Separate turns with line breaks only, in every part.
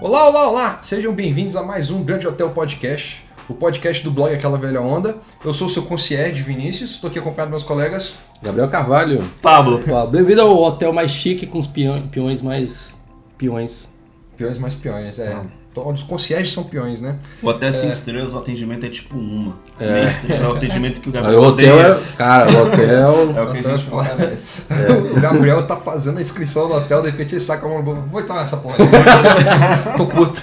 Olá, sejam bem-vindos a mais um Grande Hotel Podcast, o podcast do blog Aquela Velha Onda. Eu sou o seu concierge Vinícius, estou aqui acompanhado dos meus colegas.
Gabriel Carvalho.
Pablo.
Pablo. Bem-vindo ao hotel mais chique com os peão- peões mais. peões.
Peões mais peões, é. Então, os concierges são peões, né?
O hotel 5 estrelas, o atendimento é tipo uma. É. Estrela, é o atendimento que o
Aí
Gabriel
o hotel
odeia.
é. Cara, o hotel.
É o que a gente fala.
É.
O Gabriel tá fazendo a inscrição no hotel, de repente ele saca a mão no bolso. Vou entrar nessa porra. Tô puto.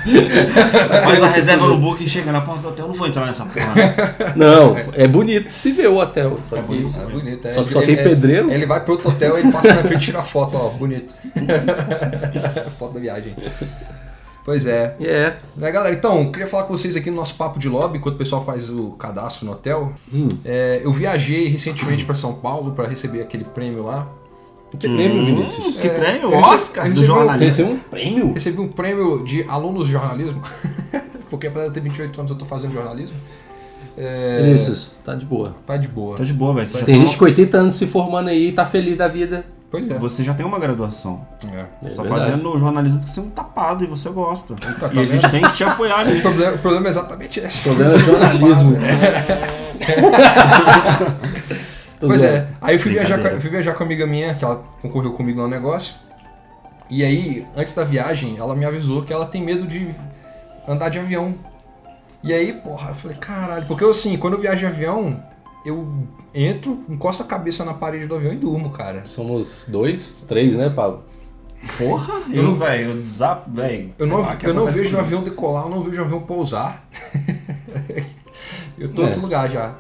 Faz a reserva no book e chega na porta do hotel, eu não vou entrar nessa porra. né?
Não, é bonito se ver o hotel. Só
É
que.
bonito.
É bonito, é.
Só que só
Ele-
tem
ele-
pedreiro?
Ele, vai pro outro hotel, ele passa na frente e tira foto, ó, bonito. foto da viagem. Pois é.
É.
Né, galera? Então, eu queria falar com vocês aqui no nosso papo de lobby, enquanto o pessoal faz o cadastro no hotel.
Hum.
É, eu viajei recentemente pra São Paulo pra receber aquele prêmio lá.
Que prêmio,
Hum,
Vinícius?
que
É,
prêmio?
eu recebi- eu
Oscar né? do
recebi um-
Sem
jornalista.
ser um prêmio?
Recebi um prêmio de alunos de jornalismo, porque apesar de eu ter 28 anos eu tô fazendo jornalismo. É,
Vinícius, tá de boa.
tá de boa.
Tá de boa, velho. Você, já
Tem
tem-
gente com 80 anos se formando aí e tá feliz da vida.
Pois é.
você já tem uma graduação.
É.
É
Você tá
verdade.
fazendo jornalismo porque você é um tapado e você gosta.
tá
e a
vendo?
gente tem que te apoiar
O,
nisso.
problema, o problema é exatamente esse.
O problema é jornalismo. Tô
Pois
zoando.
é, aí eu fui viajar, com,
Brincadeira.
eu fui viajar com uma amiga minha, que ela concorreu comigo lá no negócio. E aí, antes da viagem, ela me avisou que ela tem medo de andar de avião. E aí, porra, eu falei, caralho, porque eu assim, quando eu viajo de avião, eu entro, encosto a cabeça na parede do avião e durmo, cara.
Somos dois, três, né, Pablo?
Porra, eu, velho, eu desap, velho.
Eu
sei
não,
lá, que
eu não
acontece
vejo um
comigo.
avião decolar, eu não vejo um avião pousar. eu tô em
É.
outro lugar já.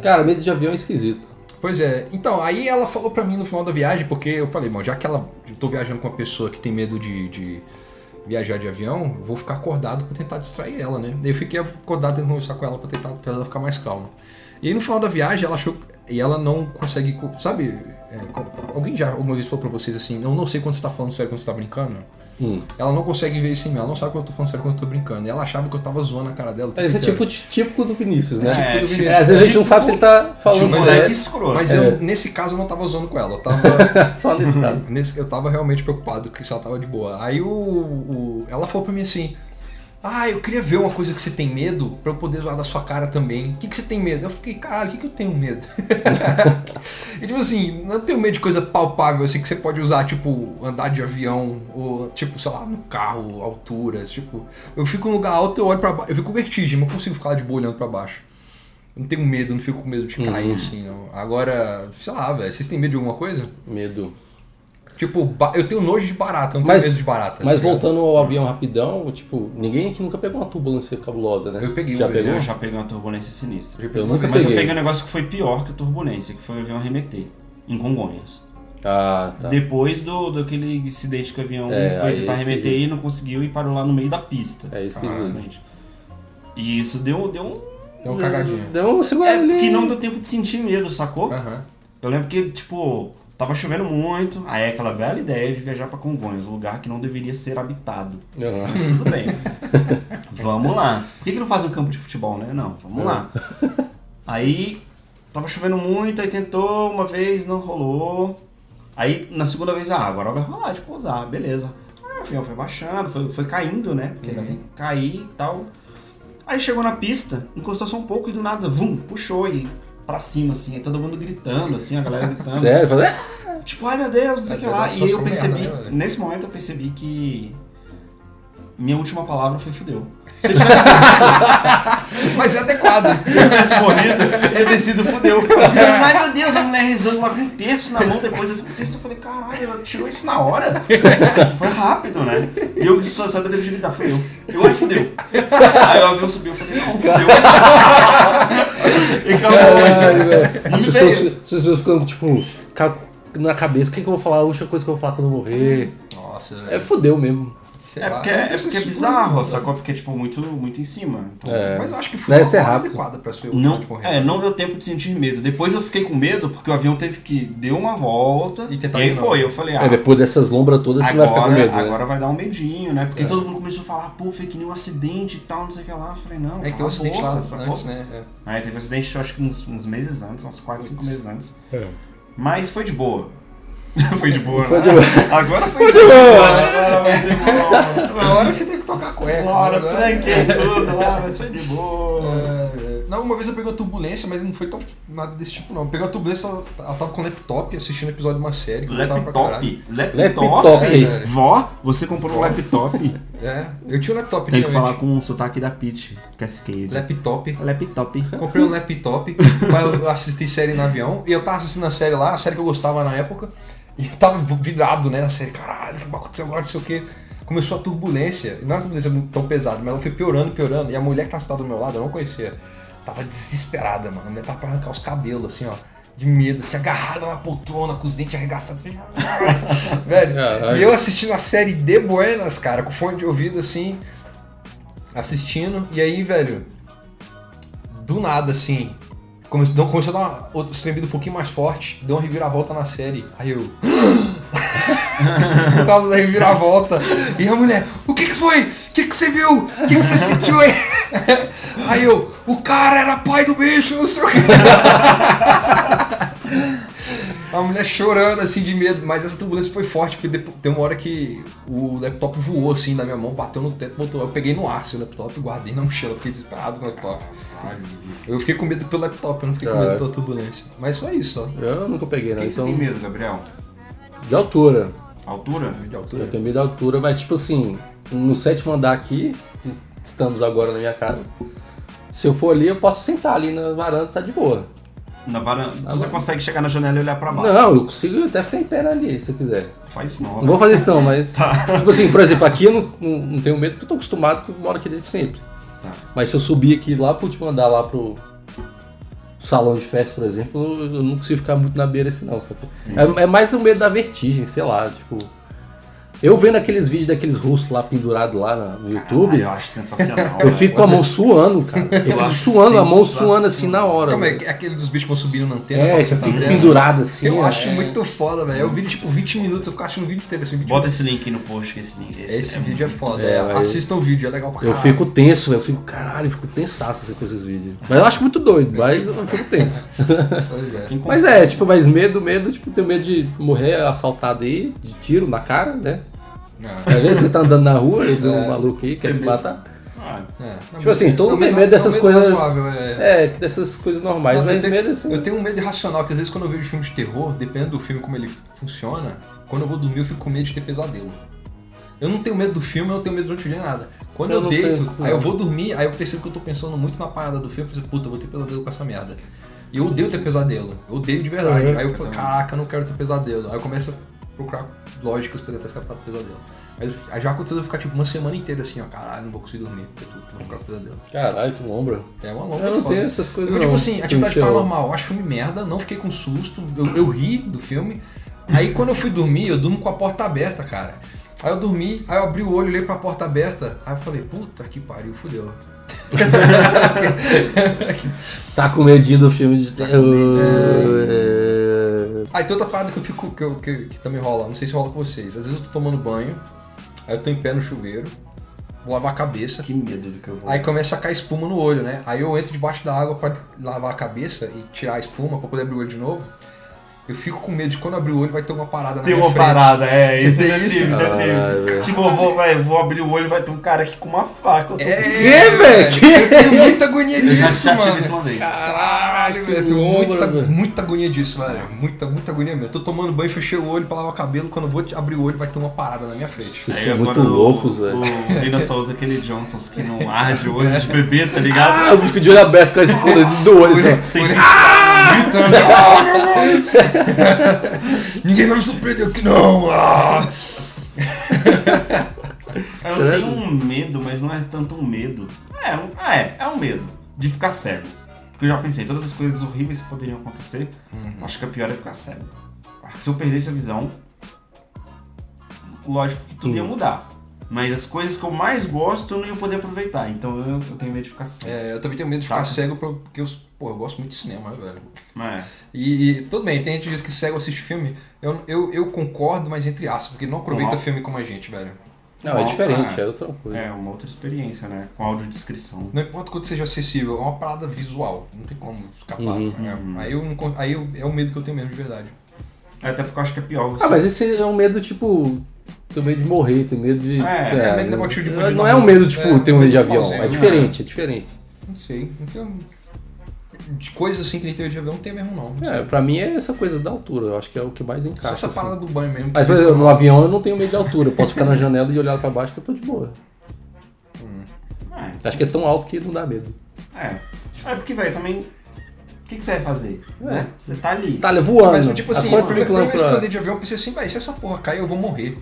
Cara, medo de avião é esquisito.
Pois é, então, aí ela falou pra mim no final da viagem, porque eu falei, bom, já que ela eu tô viajando com uma pessoa que tem medo de, de viajar de avião, eu vou ficar acordado pra tentar distrair ela, né? Eu fiquei acordado tentando conversar com ela pra tentar pra ela ficar mais calma. E aí no final da viagem ela achou e ela não consegue, co- sabe? é, co- alguém já alguma vez falou pra vocês assim, eu não sei quando você tá falando sério quando você tá brincando.
Hum.
Ela não consegue ver isso em mim, ela não sabe quando eu tô falando sério quando eu tô brincando. E ela achava que eu tava zoando a cara dela. o tempo
Esse é
inteiro.
tipo típico do Vinícius, né?
Então. É,
do
tipo-
É, às vezes a gente não sabe se ele tá falando
Tipo,
Mas
moleque
sério.
escroto.
Mas
É.
eu, nesse caso eu não tava zoando com ela, eu tava
Só listado.
Nesse- eu tava realmente preocupado que se ela tava de boa. Aí o, o- ela falou pra mim assim: Ah, eu queria ver uma coisa que você tem medo pra eu poder zoar da sua cara também. O que, que você tem medo? Eu fiquei, caralho, o que, que eu tenho medo? e tipo assim, não tenho medo de coisa palpável assim que você pode usar, tipo, andar de avião, ou tipo, sei lá, no carro, alturas. Tipo, eu fico num lugar alto, eu olho pra baixo. Eu fico com vertigem, não consigo ficar lá de boa olhando pra baixo. Eu não tenho medo, não fico com medo de cair, assim, não. Agora, sei lá, velho, vocês têm medo de alguma coisa?
Medo.
Tipo, ba- eu tenho nojo de barata, eu não tenho
Mas-
medo de barata.
Mas
tá ligado?
voltando ao avião rapidão, tipo, ninguém aqui nunca pegou uma turbulência cabulosa, né?
Eu peguei
Já
uma
pegou?
Eu já peguei uma turbulência sinistra.
Eu nunca
Mas eu
peguei.
peguei um negócio que foi pior que a turbulência, que foi o avião arremeter em Congonhas.
Ah, tá.
Depois do, daquele acidente que o avião
É,
foi
aí
pra
é
arremeter
esquisito.
e não conseguiu e parou lá no meio da pista.
É
Foi um
esquisito.
acidente. E isso deu, deu um.
Deu uma cagadinha.
Deu uma segurada
É
Tá ali. Tá.
que não deu tempo de sentir medo, sacou?
Aham.
Eu lembro que, tipo, tava chovendo muito, aí é aquela bela ideia de viajar pra Congonhas, um lugar que não deveria ser habitado.
Não.
Mas tudo bem. vamos lá. Por que, que não faz um campo de futebol, né? Não, vamos lá. Aí tava chovendo muito, aí tentou uma vez, não rolou. Aí na segunda vez, ah, agora vai rolar de pousar, beleza. Aí o avião foi baixando, foi, foi caindo, né? Porque ainda tem que cair e tal. Aí chegou na pista, encostou só um pouco e do nada, vum, puxou e pra cima, assim. Aí todo mundo gritando, assim, a galera gritando.
Sério? Falei,
Tipo, ai meu Deus, não sei o que
Vai
lá.
ter
E
uma
eu
situação
percebi,
merda, né, velho?
nesse momento eu percebi que minha última palavra foi fudeu. Se eu tivesse,
Mas é adequado.
se eu tivesse morrido, eu teria sido fudeu. Ai meu Deus, a mulher rezando lá com um terço na mão, depois eu vi o terço eu falei, caralho, ela tirou isso na hora. Foi rápido, né? E eu só sabia ter que gritar, fudeu. Eu, ai fudeu. Aí o avião subiu, eu falei, não, fudeu. E
Caralho,
calma.
velho. As
Me
pessoas,
veio.
as pessoas ficam, tipo, ca- na cabeça, o que, que eu vou falar? A última coisa que eu vou falar quando eu morrer.
Nossa,
É fudeu mesmo.
sei
É
lá,
porque
não
é,
pensa
porque é
isso
bizarro,
tudo.
sacou? Porque é tipo muito, muito em cima. Então,
É.
Mas eu acho que foi
Deve
uma
ser
forma
rápido.
adequada pra ser o
Não,
último
é, não deu tempo de sentir medo. Depois eu fiquei com medo porque o avião teve que deu uma volta
E tentar
aí
de novo.
foi. Eu falei, ah,
É, depois dessas lombras todas, você vai ficar com
agora,
medo. né?
agora vai dar um medinho, né?
É.
Porque todo mundo começou a falar, pô, fake news, acidente e tal, não sei o que lá. Eu falei, não.
É que
cala
tem um
a
acidente
boca,
lá
sacou?
antes, né? É.
Aí teve um acidente, eu acho que uns, uns meses antes, uns 4, 5 meses antes.
É.
Mas foi de boa. foi de boa,
Foi
né?
de boa.
Agora foi de
de boa.
Agora foi de boa.
Uma hora você teve que tocar a cueca.
Uma hora
né?
eu tranquei tudo lá, mas foi de boa.
É, é. Não, uma vez eu peguei uma turbulência, mas não foi tão nada desse tipo, não. Eu peguei uma turbulência, ela tava com um laptop assistindo episódio de uma série que eu gostava pra caralho.
Laptop. Laptop.
Laptop.
É,
Vó, você comprou um laptop.
É, eu tinha um laptop
Tem que falar
realmente.
com o sotaque da é Peach Cascade.
Laptop.
Laptop.
Comprei um laptop pra eu assistir série no avião. E eu tava assistindo a série lá, a série que eu gostava na época. E eu tava vidrado, né? A série, caralho, que bagulho agora, não sei o quê. Começou a turbulência. e Não era turbulência tão pesada, mas ela foi piorando, piorando. E a mulher que tava sentada do meu lado, eu não conhecia. Tava desesperada, mano. A mulher tava pra arrancar os cabelos, assim, ó. De medo, assim, agarrada na poltrona, com os dentes arregaçados. assim. Velho,
Caralho.
e eu assistindo a série de Buenas, cara, com fone de ouvido, assim, assistindo. E aí, velho, do nada, assim. Começou, deu- começou a dar uma, outra estremida um pouquinho mais forte, deu uma reviravolta na série. Aí eu. "Ah!" Por causa da reviravolta. E a mulher, o que que foi? O que que você viu? O que que você sentiu aí? Aí eu, o cara era pai do bicho, não sei o que. A mulher chorando assim de medo, mas essa turbulência foi forte, porque depois, tem uma hora que o laptop voou assim na minha mão, bateu no teto, botou. Eu peguei no ar assim, o laptop, guardei na mochila, fiquei desesperado com o laptop. Eu fiquei com medo pelo laptop, eu não fiquei com medo
Caralho.
pela turbulência. Mas só isso, ó.
Eu nunca peguei,
O
né?
que você
Então,
tem medo, Gabriel?
de altura.
Altura?
De
Eu
altura.
tenho medo da altura, mas tipo assim, no sétimo andar aqui, que estamos agora na minha casa, se eu for ali, eu posso sentar ali na varanda, tá de boa.
Na varanda.
Tá
Na
Você
varanda.
consegue chegar na janela e olhar pra baixo.
Não, eu consigo até ficar em pé ali, se eu quiser.
Faz isso não. Tá.
Não vou fazer isso não, mas. Tipo assim, por exemplo, aqui eu não, não- não tenho medo porque eu tô acostumado que eu moro aqui desde sempre.
Tá.
Mas se eu subir aqui lá pro último andar lá pro salão de festa, por exemplo, eu eu não consigo ficar muito na beira assim não, sabe? É, é mais o medo da vertigem, sei lá, tipo. Eu vendo aqueles vídeos daqueles russos lá pendurados lá na- no YouTube,
Caralho, eu acho sensacional.
eu
velho.
fico com a mão suando, cara. Eu fico
acho
suando, a mão suando
sensacional.
assim na hora.
Calma aí,
velho.
é aquele dos bichos que vão subindo na antena.
É,
pra
que você
tá
fica
vendo?
pendurado assim.
Eu
é.
acho muito foda, velho. Eu vi tipo 20 minutos, eu fico achando o vídeo inteiro assim. 20
Bota esse link no post que esse link.
Esse,
é
vídeo é foda.
É,
é.
mas-
Assista o vídeo, é legal pra
Eu
caralho.
fico tenso, velho. Eu fico, caralho, eu fico tensaço assim, com esses vídeos. Mas eu acho muito doido, mas eu fico tenso.
Pois é.
Quem
Mas
consegue?
é, tipo, mas medo, medo, tipo, tenho medo de morrer assaltado aí, de tiro na cara, né?
Não,
Às vezes você tá andando na rua e vê um maluco aí, quer
Tem
te
medo.
matar.
Ah,
é. Não,
Tipo assim, todo
não,
mundo tem
não,
medo dessas
não,
coisas-
um razoável, é.
É, que dessas coisas normais,
Não, eu
mas
tenho-
medo assim.
Eu tenho um medo irracional, que às vezes quando eu vejo filme de terror, dependendo do filme como ele funciona, quando eu vou dormir eu fico com medo de ter pesadelo. Eu não tenho medo do filme, eu não tenho medo durante o dia nada. Quando
Eu
eu,
não
deito,
tenho.
aí eu vou dormir, aí eu percebo que eu tô pensando muito na parada do filme, eu penso, puta, eu vou ter pesadelo com essa merda. E eu odeio ter pesadelo. Eu odeio de verdade.
Uhum.
Aí eu falo,
Exatamente.
caraca, eu não quero ter pesadelo. Aí eu começo a procurar lógicas pra tentar escapar do pesadelo. Mas aí já aconteceu de eu ficar tipo uma semana inteira assim, ó, caralho, não vou conseguir dormir, porque eu tô- vou ficar com pesadelo.
Caralho, que lombra.
É uma longa
Eu não
foda.
tenho essas coisas
Eu,
não.
tipo assim,
Filme de
atividade
terror.
paranormal, eu acho filme merda, não fiquei com susto, eu, eu ri do filme. Aí quando eu fui dormir, eu durmo com a porta aberta, cara. Aí eu dormi, aí eu abri o olho, olhei pra porta aberta, aí eu falei, puta que pariu, fudeu.
Tá com medinho do filme de
Tá medinho. é.
terror.
Aí tem outra parada que eu fico, que, eu- que- que também rola, não sei se rola com vocês. Às vezes eu tô tomando banho, aí eu tô em pé no chuveiro, vou lavar a cabeça,
que medo do que eu vou.
Aí começa a cair espuma no olho, né? Aí eu entro debaixo da água pra lavar a cabeça e tirar a espuma pra poder abrir o olho de novo. Eu fico com medo de quando abrir o olho vai ter uma parada
Tem
na minha
uma
frente.
parada, é.
Você
Isso eu
tem
já
isso?
tive, já
Caralho,
tive.
velho.
Tipo, eu vou, vai, vou abrir o olho e vai ter um cara aqui com uma faca. Eu tô
É,
Que, velho?
Eu tenho muita agonia
Eu já,
disso,
já tive
mano.
isso uma vez.
Caralho,
Que
velho. Eu tenho
loucura,
muita,
velho.
muita agonia disso, velho. Muita, muita agonia mesmo. Eu tô tomando banho, fechei o olho pra lavar o cabelo. Quando eu vou te- abrir o olho, vai ter uma parada na minha frente.
Vocês
Aí
são muito
agora o-
loucos, velho.
O Vina só usa aquele Johnsons que não arde o olho de bebê, tá ligado?
Ah, eu fico de olho aberto com a escura do olho só.
Sem Ah!
Gritando. Ninguém vai me surpreender aqui, não. Ah!
Eu tenho um medo, mas não é tanto um medo. É, um- ah, é, é um medo de ficar cego. Porque eu já pensei, todas as coisas horríveis que poderiam acontecer,
Uhum.
acho que a pior é ficar cego. Acho que se eu perdesse a visão, lógico que tudo ia
Hum.
mudar. Mas as coisas que eu mais gosto eu não ia poder aproveitar. Então eu, eu tenho medo de ficar cego.
É, eu também tenho medo de ficar
Tá.
cego porque eu, pô, eu gosto muito de cinema, né, velho?
Mas,
E, e tudo bem, tem gente que diz que cego assiste filme. Eu, eu, eu concordo, mas entre aspas, porque não aproveita
Uhum.
Normal.
filme como a gente, velho.
Não, é
Bom,
diferente,
cara.
é outra coisa.
é uma outra experiência, né? Com audiodescrição.
Não importa o quanto seja acessível, é uma parada visual. Não tem como escapar.
Uhum.
né? Aí, eu não con- aí eu- é o medo que eu tenho mesmo, de verdade.
Até porque eu acho que é pior. você-
Ah, mas esse é um medo, tipo. Tem medo de morrer, tem medo de.
É,
é medo de motivo de
não,
continuar
não é um medo, tipo,
morrendo.
ter um medo de
É,
avião.
pauzinho,
É diferente, é diferente.
Não sei. Então, de coisas assim que ele teve de avião não tem mesmo, não. não
É,
sei.
pra mim é essa coisa da altura, eu acho que é o que mais
Só
encaixa.
essa
assim.
parada do banho mesmo. é
Mas, por exemplo, no avião eu não tenho medo de altura, eu posso ficar na janela e olhar pra baixo que eu tô de boa.
É,
Acho que é tão alto que não dá medo.
é. É porque, velho, também. O que, que você vai fazer?
É.
né? Você tá ali.
Tá, voando.
Mas, tipo assim, eu,
a quantos mil
eu, eu
quilômetros
esconder
por
de avião, eu pensei assim, vai, se essa porra cair, eu vou morrer.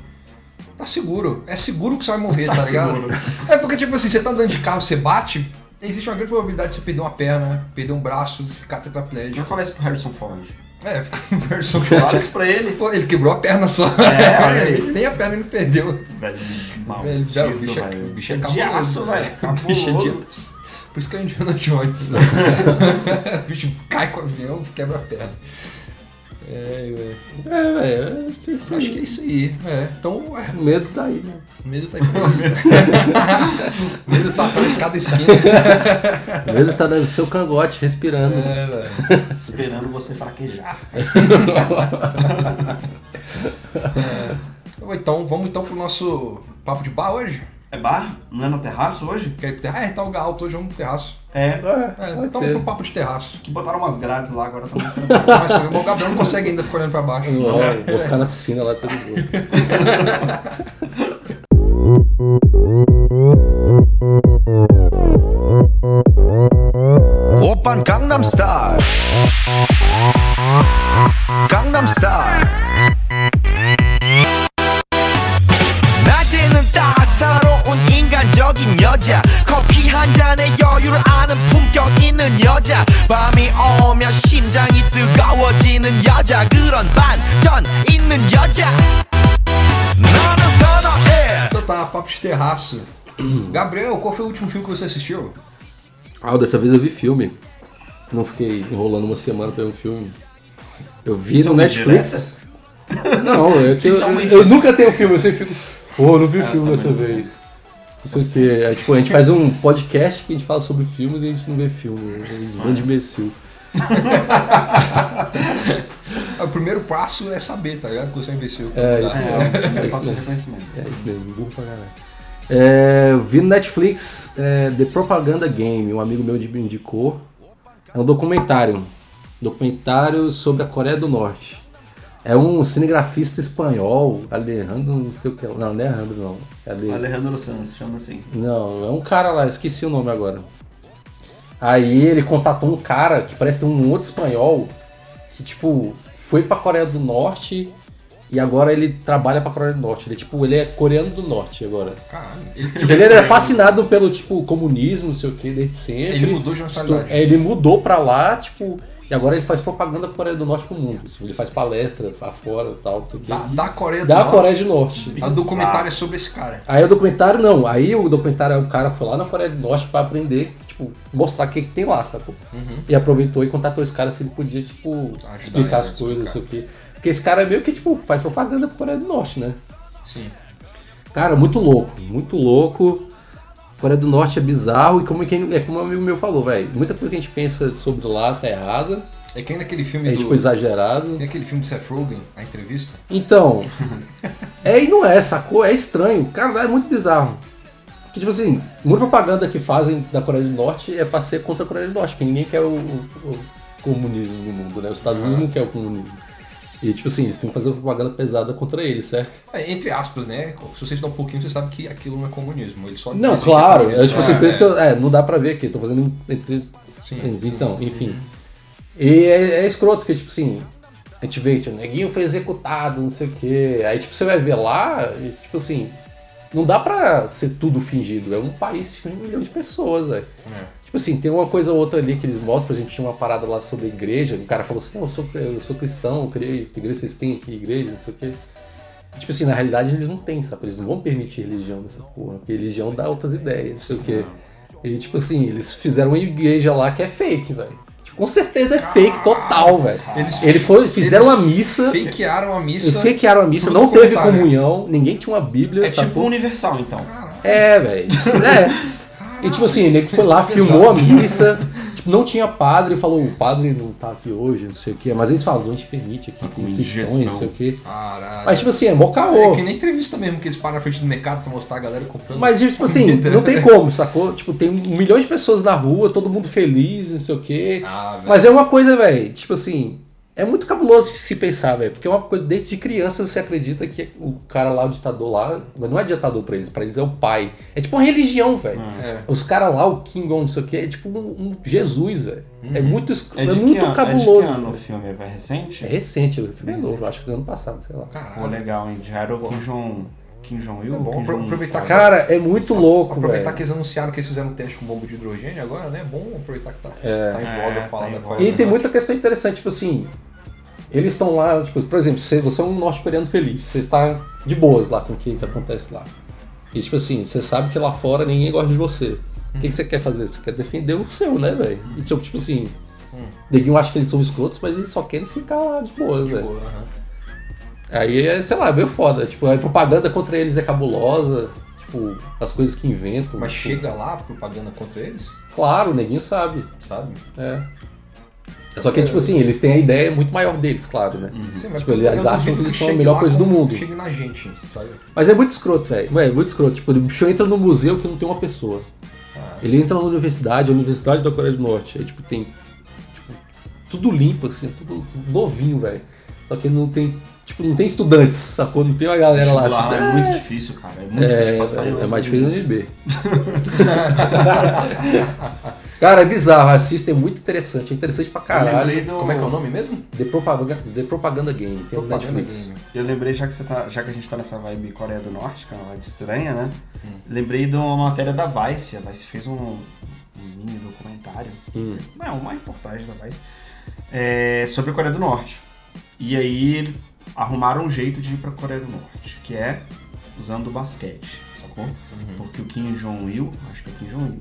Tá seguro. É seguro que você vai morrer, tá,
Tá
ligado?
seguro.
É porque, tipo assim, você tá andando de carro, você bate, existe uma grande probabilidade de você perder uma perna, perder um braço, ficar
Eu vou
tetraplégico.
falar isso pro Harrison Ford.
É, fica um verso
Fala
forte.
isso pra ele.
Pô, ele quebrou a perna só.
É, olha aí.
Ele- Nem a perna ele perdeu.
Velho,
Velho,
maldito,
velho, o bicho é-
velho.
o bicho é
de aço,
cabuloso.
velho.
Bicho é de
Cabuloso.
aço. Por isso que é o Indiana Jones. né? o bicho cai com o avião, quebra a perna. É, ué.
aí. É, velho, acho que é isso
Acho que é
aí.
isso aí. É, então, é,
O medo tá aí, né?
O medo tá aí. O medo tá atrás de cada esquina.
O medo tá no seu cangote, respirando.
É, velho.
Esperando você fraquejar.
Então, Então, vamos então pro nosso papo de bar hoje?
É bar? Não é no terraço hoje?
Quer ir pro terraço? Ah, então o alto hoje, vamos pro terraço.
É.
É,
É,
então
pode
vamos
ser.
pro papo de terraço.
Que botaram umas grades lá, agora tá mais tranquilo.
Mas tá vendo? o Gabriel não consegue ainda ficar olhando pra baixo.
Não, eu É, vou ficar na piscina lá todo mundo.
Opern Gangnam Style. Gangnam Style. 낮에는 따사로운 인간적인 여자 커피 한 잔에 여유를 아는 품격 있는 여자 밤이 오면 심장이 뜨거워지는 여자 그런 반전 있는 여자 나는 선호해
Então tá, papo de terraço. Gabriel, qual foi o último filme que você assistiu?
Ah, dessa vez eu vi filme. Não fiquei enrolando uma semana pra ver um filme. Eu vi
Isso é
no
uma
Netflix. Não, é que eu,
Isso é Ah, uma
eu- eu nunca tenho filme, eu sempre fico. Pô, eu não vi o
tá
filme dessa vez. Não sei o quê. Aí, tipo, a gente faz um podcast que a gente fala sobre filmes e a gente não vê filme. A gente
é.
vende imbecil.
Ah, O primeiro passo é saber, tá ligado? Que você é um imbecil.
É, isso mesmo. É
É, eu
isso
faço
mesmo.
reconhecimento.
É isso mesmo, burro pra caralho. É, eu vi no Netflix é, The Propaganda Game, um amigo meu de- me indicou. É um documentário. Documentário sobre a Coreia do Norte. É um cinegrafista espanhol, Alejandro, não sei o que. Não, não é Alejandro, não. É Ale-
Alejandro Sanz, chama assim.
Não, é um cara lá, esqueci o nome agora. Aí ele contatou um cara que parece ter um outro espanhol que, tipo, foi pra Coreia do Norte e agora ele trabalha pra Coreia do Norte. Ele, tipo, ele é coreano do Norte agora. Tipo,
Caralho. Ele, tipo,
Ele era fascinado pelo, tipo, comunismo, não sei o que, desde sempre.
ele mudou de
Estu-
nacionalidade.
é, ele mudou pra lá, tipo, e agora ele faz propaganda pra Coreia do Norte pro mundo. assim, ele faz palestra afora e tal, não sei o que.
Da, da Coreia do
Da
Norte.
Coreia do Norte.
A documentário é sobre esse cara.
Aí o documentário não, aí o documentário o cara foi lá na Coreia do Norte pra aprender, tipo, mostrar o que, que tem lá, sacou? E aproveitou e contatou esse cara se ele podia, tipo,
Uhum. Ajudar ele
explicar
a
as coisas,
explicar.
não sei o quê. Porque esse cara é meio que, tipo, faz propaganda pro Coreia do Norte, né?
Sim.
Cara, muito louco, muito louco. Coreia do Norte é bizarro e como é, que, é como um amigo meu falou, velho, muita coisa que a gente pensa sobre lá tá errada,
É que nem naquele filme
é
do.
tipo exagerado.
Tem aquele filme do Seth Rogen, a entrevista.
Então, é e não é, sacou? É estranho. Cara, é muito bizarro. Que tipo assim, muita propaganda que fazem da Coreia do Norte é pra ser contra a Coreia do Norte, porque ninguém quer o, o- o comunismo no mundo, né? Os Estados Unidos não quer o comunismo. E tipo assim, eles têm que fazer uma propaganda pesada contra eles, certo?
É, entre aspas, né? Se você estudar um pouquinho, você sabe que aquilo não é comunismo. Ele só
Não,
dizem que
claro.
comunismo.
É tipo assim,
Ah,
por isso
é.
que eu, é, não dá pra ver aqui, tô fazendo um entre
Sim, sim.
então, enfim. E é, é escroto, porque, tipo assim, a gente vê, tipo, o neguinho foi executado, não sei o quê. Aí, tipo, você vai ver lá, e, tipo assim, não dá pra ser tudo fingido. É um país de um milhão de pessoas, velho. Tipo assim, tem uma coisa ou outra ali que eles mostram, por exemplo, tinha uma parada lá sobre a igreja, o cara falou assim, não, eu sou, eu sou cristão, eu criei igreja, vocês têm aqui igreja, não sei o quê. Tipo assim, na realidade eles não têm, sabe? Eles não vão permitir religião nessa porra, porque religião dá outras ideias, não sei o quê. E tipo assim, eles fizeram uma igreja lá que é fake, velho. Tipo, com certeza é fake total, velho.
Eles-
Eles, foi- fizeram
eles
a missa,
É, Fakearam a missa.
eles fakearam a missa,
tudo
não
no
teve
um comentário.
comunhão, ninguém tinha uma bíblia,
É tipo
sacou?
universal, então.
É, velho. isso- É. E tipo assim, ele foi lá,
Pesado.
filmou a missa. Tipo, Tipo, não tinha padre, falou, o padre não tá aqui hoje, não sei o quê. Mas eles falam, não te permite aqui, tem questões, não sei o quê.
Caralho.
Mas tipo assim, é mó caô.
É que nem entrevista mesmo que eles param na frente do mercado pra mostrar a galera comprando.
Mas, tipo assim, não tem como, sacou? Tipo, tem um milhão de pessoas na rua, todo mundo feliz, não sei o quê.
Ah, velho.
Mas é uma coisa, velho, tipo assim, é muito cabuloso de se pensar, velho, porque é uma coisa, desde criança você acredita que o cara lá, o ditador lá, mas não é ditador pra eles, pra eles é o pai. É tipo uma religião, velho.
É.
Os caras lá, o King Kong, não sei o quê, é tipo um, um Jesus, velho. É muito, escro-
É
é
de
muito
que ano, É de
cabuloso.
que ano o
velho.
filme? É recente?
É recente, o filme é novo, acho que ano passado, sei lá.
Pô, né?
Caralho.
legal, hein? Já era o Kim Jong... Kim Jong-il?
É bom,
Kim
apro-
Jong-
aproveitar que-
Cara, é muito louco,
Aproveitar
velho.
que eles anunciaram que eles fizeram um teste com bomba de hidrogênio agora, né? É bom aproveitar que tá, tá em voga
É,
falar
tá em
da
voga.
coisa.
E tem muita questão interessante, tipo assim. Eles estão lá, tipo, por exemplo, você, você é um norte-coreano feliz, você tá de boas lá com o que acontece lá. E tipo assim, você sabe que lá fora ninguém gosta de você. O que, que você quer fazer? Você quer defender o seu, né, velho? E tipo, tipo assim,
Hum.
neguinho acha que eles são escrotos, mas eles só querem ficar lá de boas,
De
velho.
boa, Tipo, aham.
Aí é, sei lá, é meio foda. Tipo, a propaganda contra eles é cabulosa, tipo, as coisas que inventam.
Mas
tipo,
chega lá a propaganda contra eles,
Claro, o neguinho sabe.
sabe?
É. Só que, tipo assim, eles têm a ideia muito maior deles, claro, né?
Sim, mas
Tipo, eles
eu
acham
duvido
que eles são a
chegue
melhor
lá
coisa do
como
mundo.
Chegue na gente, sabe?
Mas é muito escroto, velho. Ué, É muito escroto. Tipo, o bicho entra no museu que não tem uma pessoa.
Ah.
Ele entra na universidade, a Universidade da Coreia do Norte. Aí, tipo, tem. tipo, tudo limpo, assim, tudo novinho, velho. Só que não tem. Tipo, não tem estudantes, sacou? Não tem uma galera lá.
Vestibular
né?
assim,
é muito difícil, cara. É muito difícil passar.
É, é mais difícil
né?
no NB. Cara, é bizarro. Assista, é muito interessante. É interessante pra
Eu
caralho.
lembrei do...
Como é que é o nome mesmo?
The Propaganda, The Propaganda Game, tem no Netflix.
Game.
Eu lembrei, já que, você tá, já que a gente tá nessa vibe Coreia do Norte, que é uma vibe estranha, né? Lembrei de uma matéria da Vice. A Vice fez um, um mini documentário.
Hum.
Não, uma reportagem da Vice. é, sobre a Coreia do Norte. E aí arrumaram um jeito de ir pra Coreia do Norte, que é usando o basquete, sacou? Porque o Kim Jong-il, acho que é o Kim Jong-il,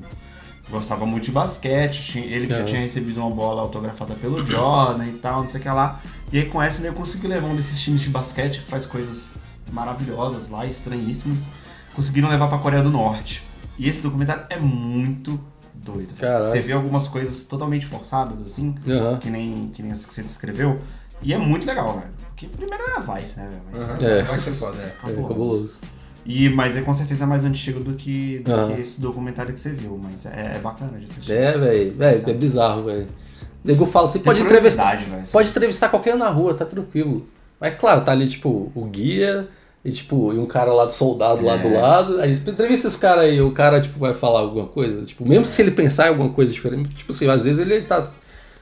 gostava muito de basquete, tinha- ele que já
Aham.
tinha recebido uma bola autografada pelo Jordan e tal, não sei o que lá. E aí com essa né, eu consegui levar um desses times de basquete que faz coisas maravilhosas lá, estranhíssimas. Conseguiram levar pra Coreia do Norte. E esse documentário é muito doido.
Caralho.
Você vê algumas coisas totalmente forçadas, assim,
Aham.
que nem, que nem as que você descreveu. E é muito legal, velho. Porque primeiro era a Vice, né, velho? Mas-
Aham.
É.
Vai ser foda, é.
É cabuloso.
E, mas é com certeza mais antigo do que, do
Aham.
que esse documentário que você viu, mas é, é bacana de assistir.
É, velho, velho, é bizarro, velho. O nego fala assim,
Tem
pode entrevistar,
curiosidade, velho.
pode entrevistar qualquer um na rua, tá tranquilo. Mas claro, tá ali, tipo, o guia e, tipo, e um cara lá do soldado lá
É.
do lado. Aí entrevista esse cara aí, o cara, tipo, vai falar alguma coisa. Tipo, mesmo se ele pensar em alguma coisa diferente, tipo assim, às vezes ele tá,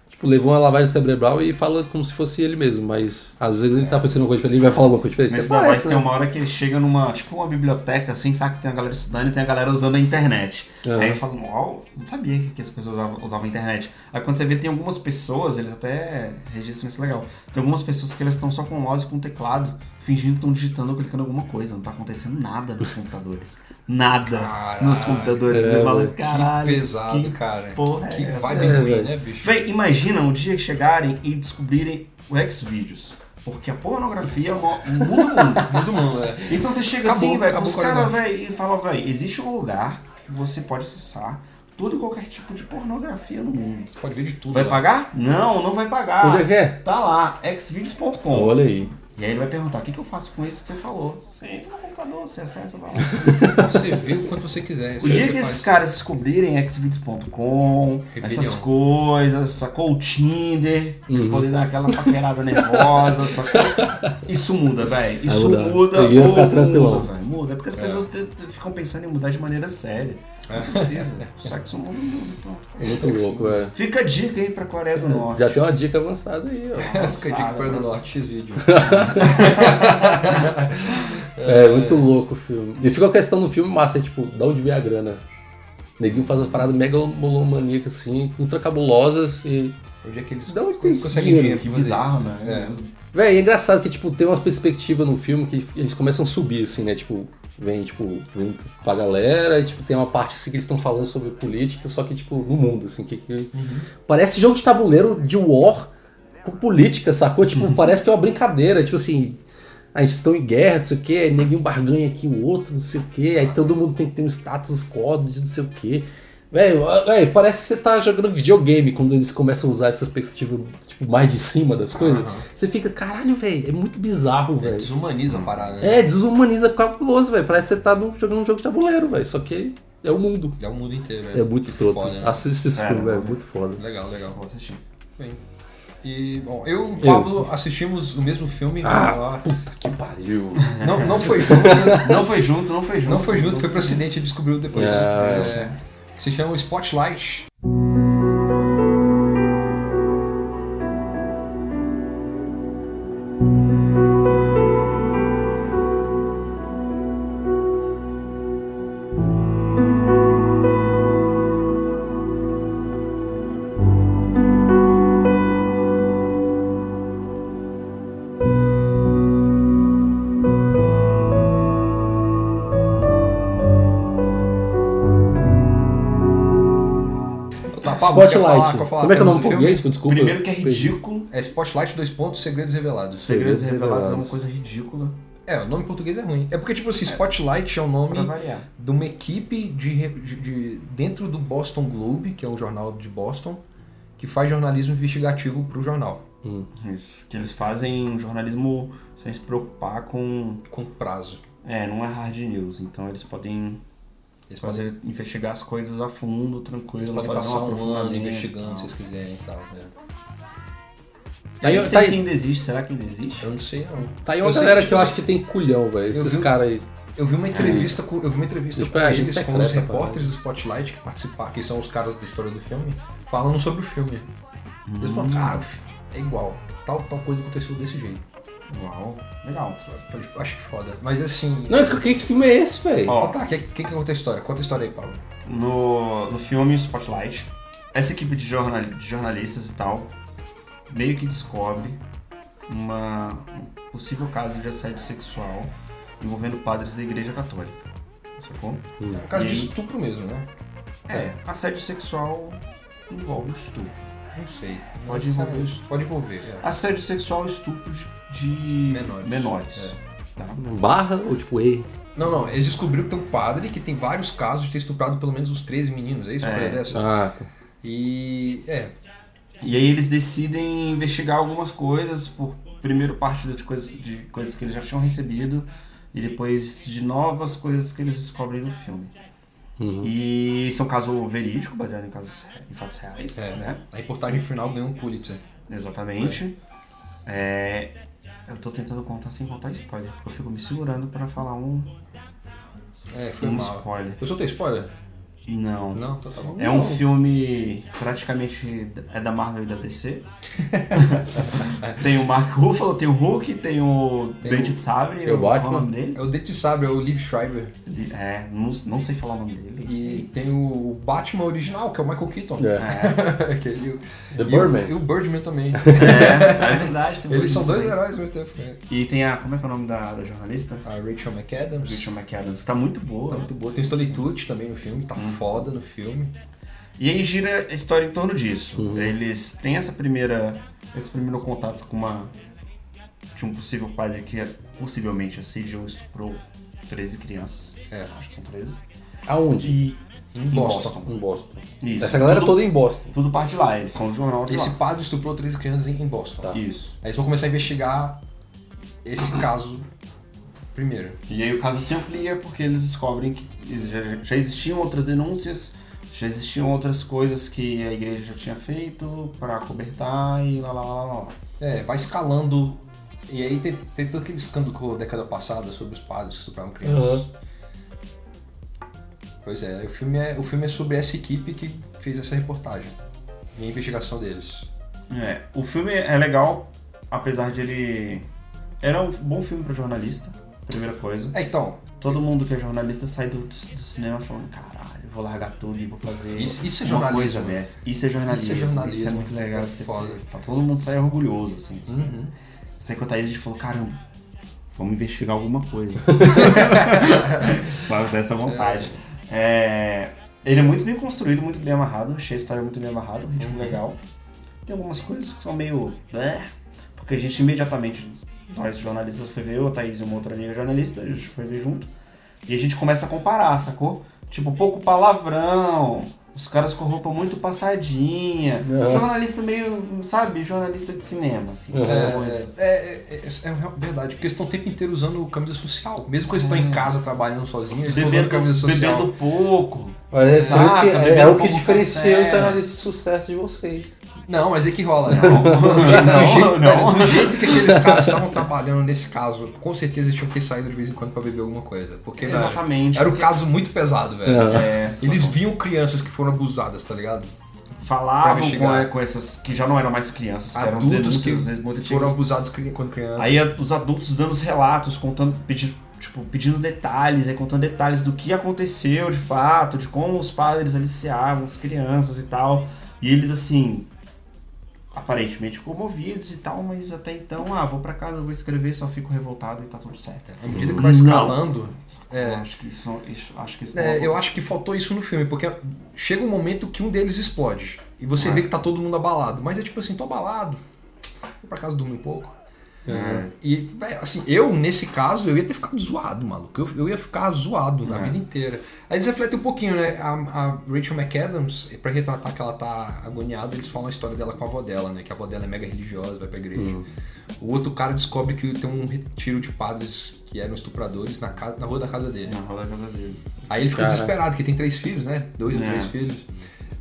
tipo, levou uma lavagem cerebral e fala como se fosse ele mesmo. Mas às vezes ele tá pensando em uma coisa diferente, ele vai falar alguma coisa diferente.
Mas
até
da
parece,
Vice tem
né?
uma hora que ele chega numa, tipo uma biblioteca, assim, sabe que tem a galera estudando e tem a galera usando a internet.
Aham.
Aí eu falo, uau, não sabia que, que as pessoas usavam, usavam a internet. Aí quando você vê, tem algumas pessoas, eles até registram isso legal, tem algumas pessoas que elas estão só com o mouse e com o teclado, fingindo que estão digitando ou clicando alguma coisa, não tá acontecendo nada nos computadores. Nada
Caralho,
nos computadores.
é,
eu falo,
velho,
caralho,
que pesado,
que
cara.
porra
que
é essa?
vibe
É,
ruim,
velho.
né, bicho?
Véi, imagina um dia chegarem e descobrirem o Xvideos. Porque a pornografia mo- muda o mundo.
Todo mundo, é.
Então você chega
Acabou,
assim, velho,
acabou
os
com a
caras,
linguagem.
velho, e fala, velho, existe um lugar que você pode acessar todo e qualquer tipo de pornografia no mundo.
Pode ver de tudo.
Vai
lá.
pagar? Não, não vai pagar.
Onde é que é?
Tá lá, xvideos.com.
Olha aí.
E aí ele vai perguntar, o que, que eu faço com isso que você falou? Você entra no computador, você acessa, vai lá.
Você vê o quanto você quiser. isso
O
aí
dia
você
que
faz.
esses caras descobrirem xvideos.com, essas
Rebelião.
coisas, sacou o Tinder, eles
Uhum.
podem dar aquela paquerada nervosa, sacou? Isso muda, velho. Isso
mudar.
muda,
Eu ia
ou
ficar tranquilão.
muda, velho. Muda. É porque as pessoas te- te- ficam pensando em mudar de maneira séria.
É.
Não precisa. Sexo muda, muda,
É
pronto. tá
muito louco, velho.
Fica a dica aí pra Coreia do Norte.
Já tem uma dica avançada aí, ó.
Fica a dica para do Norte X vídeo.
É, muito louco o filme. E fica a questão no filme massa, é tipo, da onde vem a grana? O neguinho faz umas paradas megalomaníacas, assim, ultra cabulosas e.
Onde é que eles
Da onde tem
eles
esse
conseguem
dinheiro?
dinheiro?
Que
pra fazer
bizarro,
isso?
né?
Véi, é engraçado que, tipo, tem umas perspectivas no filme que eles começam a subir, assim, né? Tipo, vem, tipo, vem pra galera e, tipo, tem uma parte, assim, que eles estão falando sobre política, só que, tipo, no mundo, assim, que, que- Parece jogo de tabuleiro de war com política, sacou? Tipo, parece que é uma brincadeira, tipo assim... Aí estão em guerra, não sei o quê, aí neguinho barganha aqui o outro, não sei o quê, aí todo mundo tem que ter um status quo de não sei o quê. Velho, velho, parece que você tá jogando videogame quando eles começam a usar essa perspectiva tipo, mais de cima das coisas.
Aham.
Você fica, caralho, velho, é muito bizarro, velho.
Desumaniza a parada. né?
É, desumaniza cabuloso, velho. Parece que você tá no- jogando um jogo de tabuleiro, velho. Só que é o mundo.
É o mundo inteiro.
É muito escroto.
Foda, né?
Assiste esse
É,
filme,
não.
velho. Muito foda.
Legal, legal.
Vou assistir.
Bem. E, bom, eu e o Pablo assistimos o mesmo filme.
É. Ah, puta que pariu.
Não, não foi junto, né?
Não foi junto, não foi junto.
não foi junto, foi pro acidente e descobriu depois.
É.
É, que se chama Spotlight. Tá, Pablo, quer falar-
Spotlight.
quer falar
Como é que é
do
o nome em
filme?
português? Desculpa.
Primeiro que é ridículo.
É Spotlight, dois pontos, Segredos Revelados.
Segredos
Segredos
revelados é uma
Revelados.
coisa ridícula
É, o nome em português é ruim. É porque, tipo assim, Spotlight é o nome
pra variar.
de uma equipe de, re- de- de- dentro do Boston Globe, que é um jornal de Boston, que faz jornalismo investigativo pro jornal,
Hum.
Isso. Que eles fazem um jornalismo sem se preocupar com.
com prazo.
É, não é hard news. Então eles podem
Eles podem,
fazer, investigar as coisas a fundo, tranquilo.
eles podem
fazer
passar um ano
aprofundamento
investigando, se
e tal.
eles quiserem e tal. né?
Aí,
Eu
eu-
não
tá,
sei
aí-
se ainda existe. Será que ainda existe?
Eu não sei, não.
tá aí uma
Eu sei
galera
que,
que eu
tipo,
acho que tem culhão, velho. Esses
vi- um-
caras aí.
Eu vi uma entrevista com, eu vi uma entrevista
Tipo,
com
é, a gente
eles, com
secreta,
os repórteres do Spotlight que participaram, que são os caras da história do filme, falando sobre o filme. Eles falam, cara, o filme é igual. Tal, tal coisa aconteceu desse jeito.
Uau. Legal.
Falei, Achei foda. Mas assim.
Não, que, que esse filme é esse, velho?
Ó.
Então tá, o que, que, que conta a história? Conta a história aí, Paulo.
no, no filme Spotlight, essa equipe de, jornal, de jornalistas e tal meio que descobre uma, um possível caso de assédio sexual envolvendo padres da Igreja Católica. Sacou?
É um caso
E
de
aí?
estupro mesmo, né?
É, assédio sexual envolve estupro.
Não sei.
Pode
Não
envolver
sei. Pode envolver. é.
Assédio sexual e estupro de- de
Menores. É.
menores, tá?
Barra ou tipo E?
Não, não. Eles descobriram que tem um padre que tem vários casos de ter estuprado pelo menos uns 13 meninos, é isso?
É.
Uma coisa dessa?
Ah, tá.
E. É.
E aí eles decidem investigar algumas coisas, por primeiro parte de coisas, de coisas que eles já tinham recebido e depois de novas coisas que eles descobrem no filme.
Uhum.
E isso é um caso verídico, baseado em, casos, em fatos reais,
é
né?
A reportagem final ganhou um Pulitzer.
Exatamente. É, eu tô tentando contar sem contar spoiler, porque eu fico me segurando pra falar um,
É, foi
um
mal.
spoiler.
Eu soltei spoiler?
Não.
Não, então tá bom.
É um filme praticamente é da Marvel e da DC. tem o Mark Ruffalo, tem o Hulk, tem o
Tem
Dente
o-
de Sabre,
tem o
qual é
Batman.
o nome dele?
É o Dente de Sabre, é o Liv Schreiber.
Ele- É, não, não sei falar o nome dele.
E tem o Batman original, que é o Michael Keaton.
É.
É,
que ele, e o- e
The
o-
Birdman.
E o Birdman também.
é, é verdade. tem o
Eles são dois
Batman
heróis muito tempo. né?
também. E tem a, como é que é o nome da, da jornalista?
A Rachel McAdams.
Rachel McAdams, tá muito boa.
Tá muito boa. Tem o Stanley Tucci também no filme, tá
Uhum.
foda no filme.
E aí gira a história em torno disso.
Uhum.
Eles têm essa primeira, esse primeiro contato com uma de um possível padre que possivelmente assediou e estuprou 13 crianças.
É.
Acho que são 13.
Aonde?
E
Em Boston. Hum.
Em Boston.
Isso.
Essa galera
tudo,
toda em Boston.
Tudo parte lá, eles são um jornal de
Esse
lá. Tá.
padre estuprou três crianças em em Boston. Aí
Isso.
eles vão começar a investigar esse caso primeiro.
E aí o caso se amplia porque eles descobrem que ex- já, já existiam outras denúncias, já existiam outras coisas que a igreja já tinha feito pra cobertar e lá lá lá lá. lá.
É, vai escalando. E aí tem, tem todo aquele escândalo que rolou década passada sobre os padres que estupravam crianças. Pois é, o filme é, o filme é sobre essa equipe que fez essa reportagem. E a investigação deles.
É, o filme é legal, apesar de ele. Era um bom filme pra jornalista, primeira coisa.
É, então,
Todo mundo que é jornalista sai do, do cinema falando: caralho, vou largar tudo e vou fazer.
Isso- isso é
uma
jornalismo.
Coisa dessa. Isso é jornalismo.
Isso é
Isso é,
jornalismo.
muito legal.
É
de ser
foda.
feito. Tá, todo mundo sai orgulhoso, assim.
uhum.
Sei que o Thaís a gente falou: caramba, vamos investigar alguma coisa. Sabe, dessa vontade. É, Ele é muito bem construído, muito bem amarrado. Achei a história muito bem amarrada, um ritmo legal. Tem algumas coisas que são meio. né? Porque a gente imediatamente, nós jornalistas, foi ver eu, a Thaís e uma outra amiga jornalista, a gente foi ver junto. E a gente começa a comparar, sacou? Tipo, pouco palavrão, Os caras com roupa muito passadinha.
Aham.
Jornalista meio, sabe, jornalista de cinema, assim.
É,
essa coisa.
é, é, é, é real- verdade, porque eles estão o tempo inteiro usando camisa social. Mesmo quando eles estão em casa trabalhando sozinhos, eles estão usando camisa
Hum. Bebendo,
social.
bebendo pouco.
Mas é, por isso
Saca,
que é, é
bebendo
o que
como
diferencia
café.
os analistas de sucesso de vocês.
Não, mas é que rola. Não, do, jeito,
Não,
do jeito-
não.
velho, do jeito que aqueles caras estavam trabalhando nesse caso, com certeza eles tinham que ter saído de vez em quando pra beber alguma coisa. Porque, velho,
Exatamente.
era um caso muito pesado, velho.
É,
Eles viam crianças que foram abusadas, tá ligado? pra
falavam
investigar.
com, com essas que já não eram mais crianças, que eram
Adultos
denúncias,
que
às vezes, muito antigas.
Foram abusados cri- quando crianças.
Aí a- os adultos dando os relatos, contando, pedindo, tipo, pedindo detalhes, aí contando detalhes do que aconteceu de fato, de como os padres aliciavam as crianças e tal. E eles assim, aparentemente comovidos e tal, mas até então, ah, vou pra casa, vou escrever, só fico revoltado e tá tudo certo.
À medida que vai escalando,
Eu
é,
acho que isso, isso- acho que isso não
É, eu
acontece.
acho que faltou isso no filme, porque chega um momento que um deles explode. E você
É.
vê que tá todo mundo abalado. Mas é tipo assim, tô abalado. Vou pra casa dormir um pouco.
Uhum.
É, E, véi, assim, eu, nesse caso, eu ia ter ficado zoado, maluco. Eu, eu ia ficar zoado na
É.
vida inteira. Aí eles refletem um pouquinho, né? A, a Rachel McAdams, pra retratar que ela tá agoniada, eles falam a história dela com a avó dela, né? Que a avó dela é mega religiosa, vai pra igreja.
Uhum.
O outro cara descobre que tem um retiro de padres que eram estupradores na, casa, na rua da casa dele.
Na roda da casa dele.
Aí ele fica
Cara.
desesperado, que tem três filhos, né? Dois ou
É.
três filhos.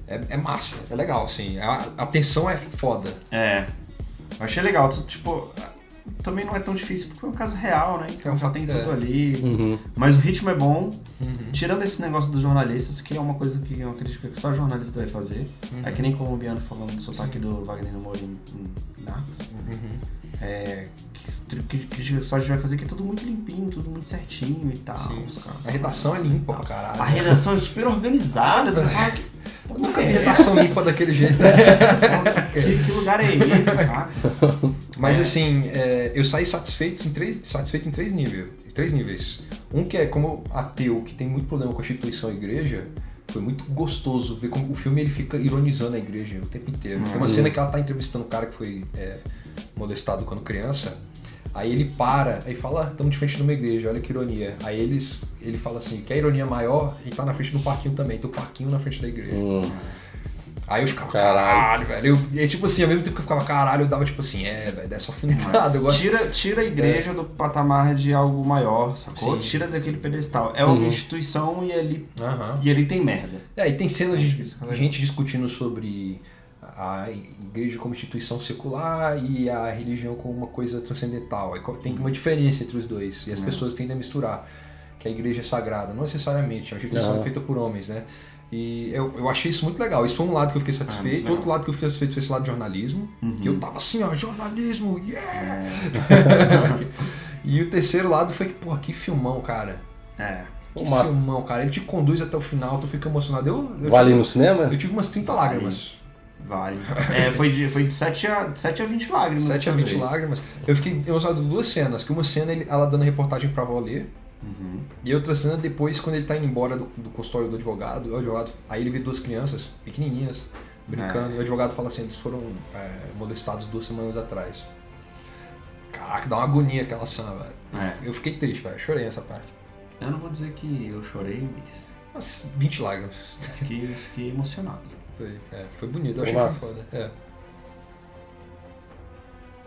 É, é massa, é legal, assim. A, a tensão é foda.
É. Eu achei legal, tu- tipo, também não é tão difícil, porque é um caso real, né? Então já tem tudo
É.
ali.
Uhum.
Mas o ritmo é bom. Tirando esse negócio dos jornalistas, que é uma coisa que é uma crítica que só jornalista deve fazer. É que nem colombiano falando do sotaque do Wagner Moura em, em Narcos. É, que s- tri- que crítica que só a gente vai fazer que é tudo muito limpinho, tudo muito certinho e tal.
Sim.
os caras-
A redação é limpa pra
A
caralho.
redação é super organizada, você fala que.
Eu nunca
é,
vi redação limpa daquele jeito.
que, que lugar é esse, sabe?
Mas assim, é, eu saí satisfeito em três, satisfeito em três níveis. Em três níveis. Um que é como ateu, que tem muito problema com a instituição e a igreja, foi muito gostoso ver como o filme ele fica ironizando a igreja o tempo inteiro. Tem uma cena que ela tá entrevistando um cara que foi é, molestado quando criança. Aí ele para e fala, estamos de frente de uma igreja, olha que ironia. Aí eles, ele fala assim, quer ironia maior? E tá na frente do parquinho também, tem o parquinho na frente da igreja. Aí eu ficava, caralho,
Caralho.
velho. Eu- e aí, tipo assim, ao mesmo tempo que eu ficava, caralho, eu dava tipo assim, é, velho, dessa alfinetada, eu gosto. É.
Tira, tira a igreja do patamar de algo maior, sacou?
Sim. Uhum.
Tira daquele pedestal. É uma instituição e ali,
Aham.
e ali tem merda.
É, e tem cena de
Acho que isso é legal.
gente discutindo sobre a igreja como instituição secular e a religião como uma coisa transcendental. Aí co- Tem
Uhum.
uma diferença entre os dois
É.
e as pessoas tendem a misturar que a igreja é sagrada, não necessariamente, é uma instituição
Aham.
feita por homens, né? E eu, eu achei isso muito legal. Isso foi um lado que eu fiquei satisfeito.
Ah, legal. Uhum.
Outro lado que eu fiquei satisfeito foi esse lado de jornalismo. Que eu tava assim, ó, jornalismo, yeah!
É.
e o terceiro lado foi que, porra, que filmão, cara.
É.
Que
Pô, massa.
filmão, cara. Ele te conduz até o final, tu fica emocionado. Eu, eu
É. Vale
tive,
no cinema?
eu tive umas 30
Vale.
lágrimas.
Vale. É, foi de, foi de 7, a, de 7 a 20 lágrimas.
7 a
dessa
20
vez.
lágrimas. Eu fiquei emocionado com duas cenas. Que uma cena ele- ela dando reportagem pra avó ler. E outra cena depois, quando ele tá indo embora do, do consultório do advogado, o advogado, aí ele vê duas crianças, pequenininhas, brincando. E o advogado fala assim, eles foram é, molestados duas semanas atrás. Caraca, dá uma agonia aquela cena, velho.
É.
Eu fiquei triste, velho. Chorei nessa parte.
Eu não vou dizer que eu chorei, mas
Umas 20 lágrimas.
fiquei, fiquei emocionado.
Foi, é, foi bonito, eu achei
Foi
que foi
massa.
foda. É.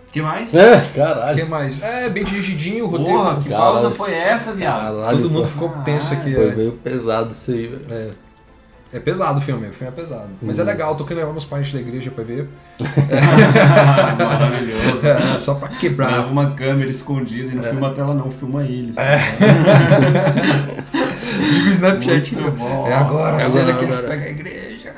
O que mais?
É,
O que
caralho.
mais? É, bem dirigidinho, o roteiro.
Porra, que
Caralho.
pausa foi essa, viado?
Caralho,
Todo mundo
pô.
ficou tenso aqui.
Ah, Foi
é.
meio pesado isso aí, velho.
É pesado o filme, o filme é pesado. Mas é legal, tô querendo levar meus parentes da igreja pra ver.
Maravilhoso.
É, só pra É.
Grava
quebrar.
uma câmera escondida e não filma a tela, não, filma eles.
É.
tá
Liga o Snapchat.
Muito bom.
É agora a
É
cena
agora,
que eles
agora.
pegam a igreja.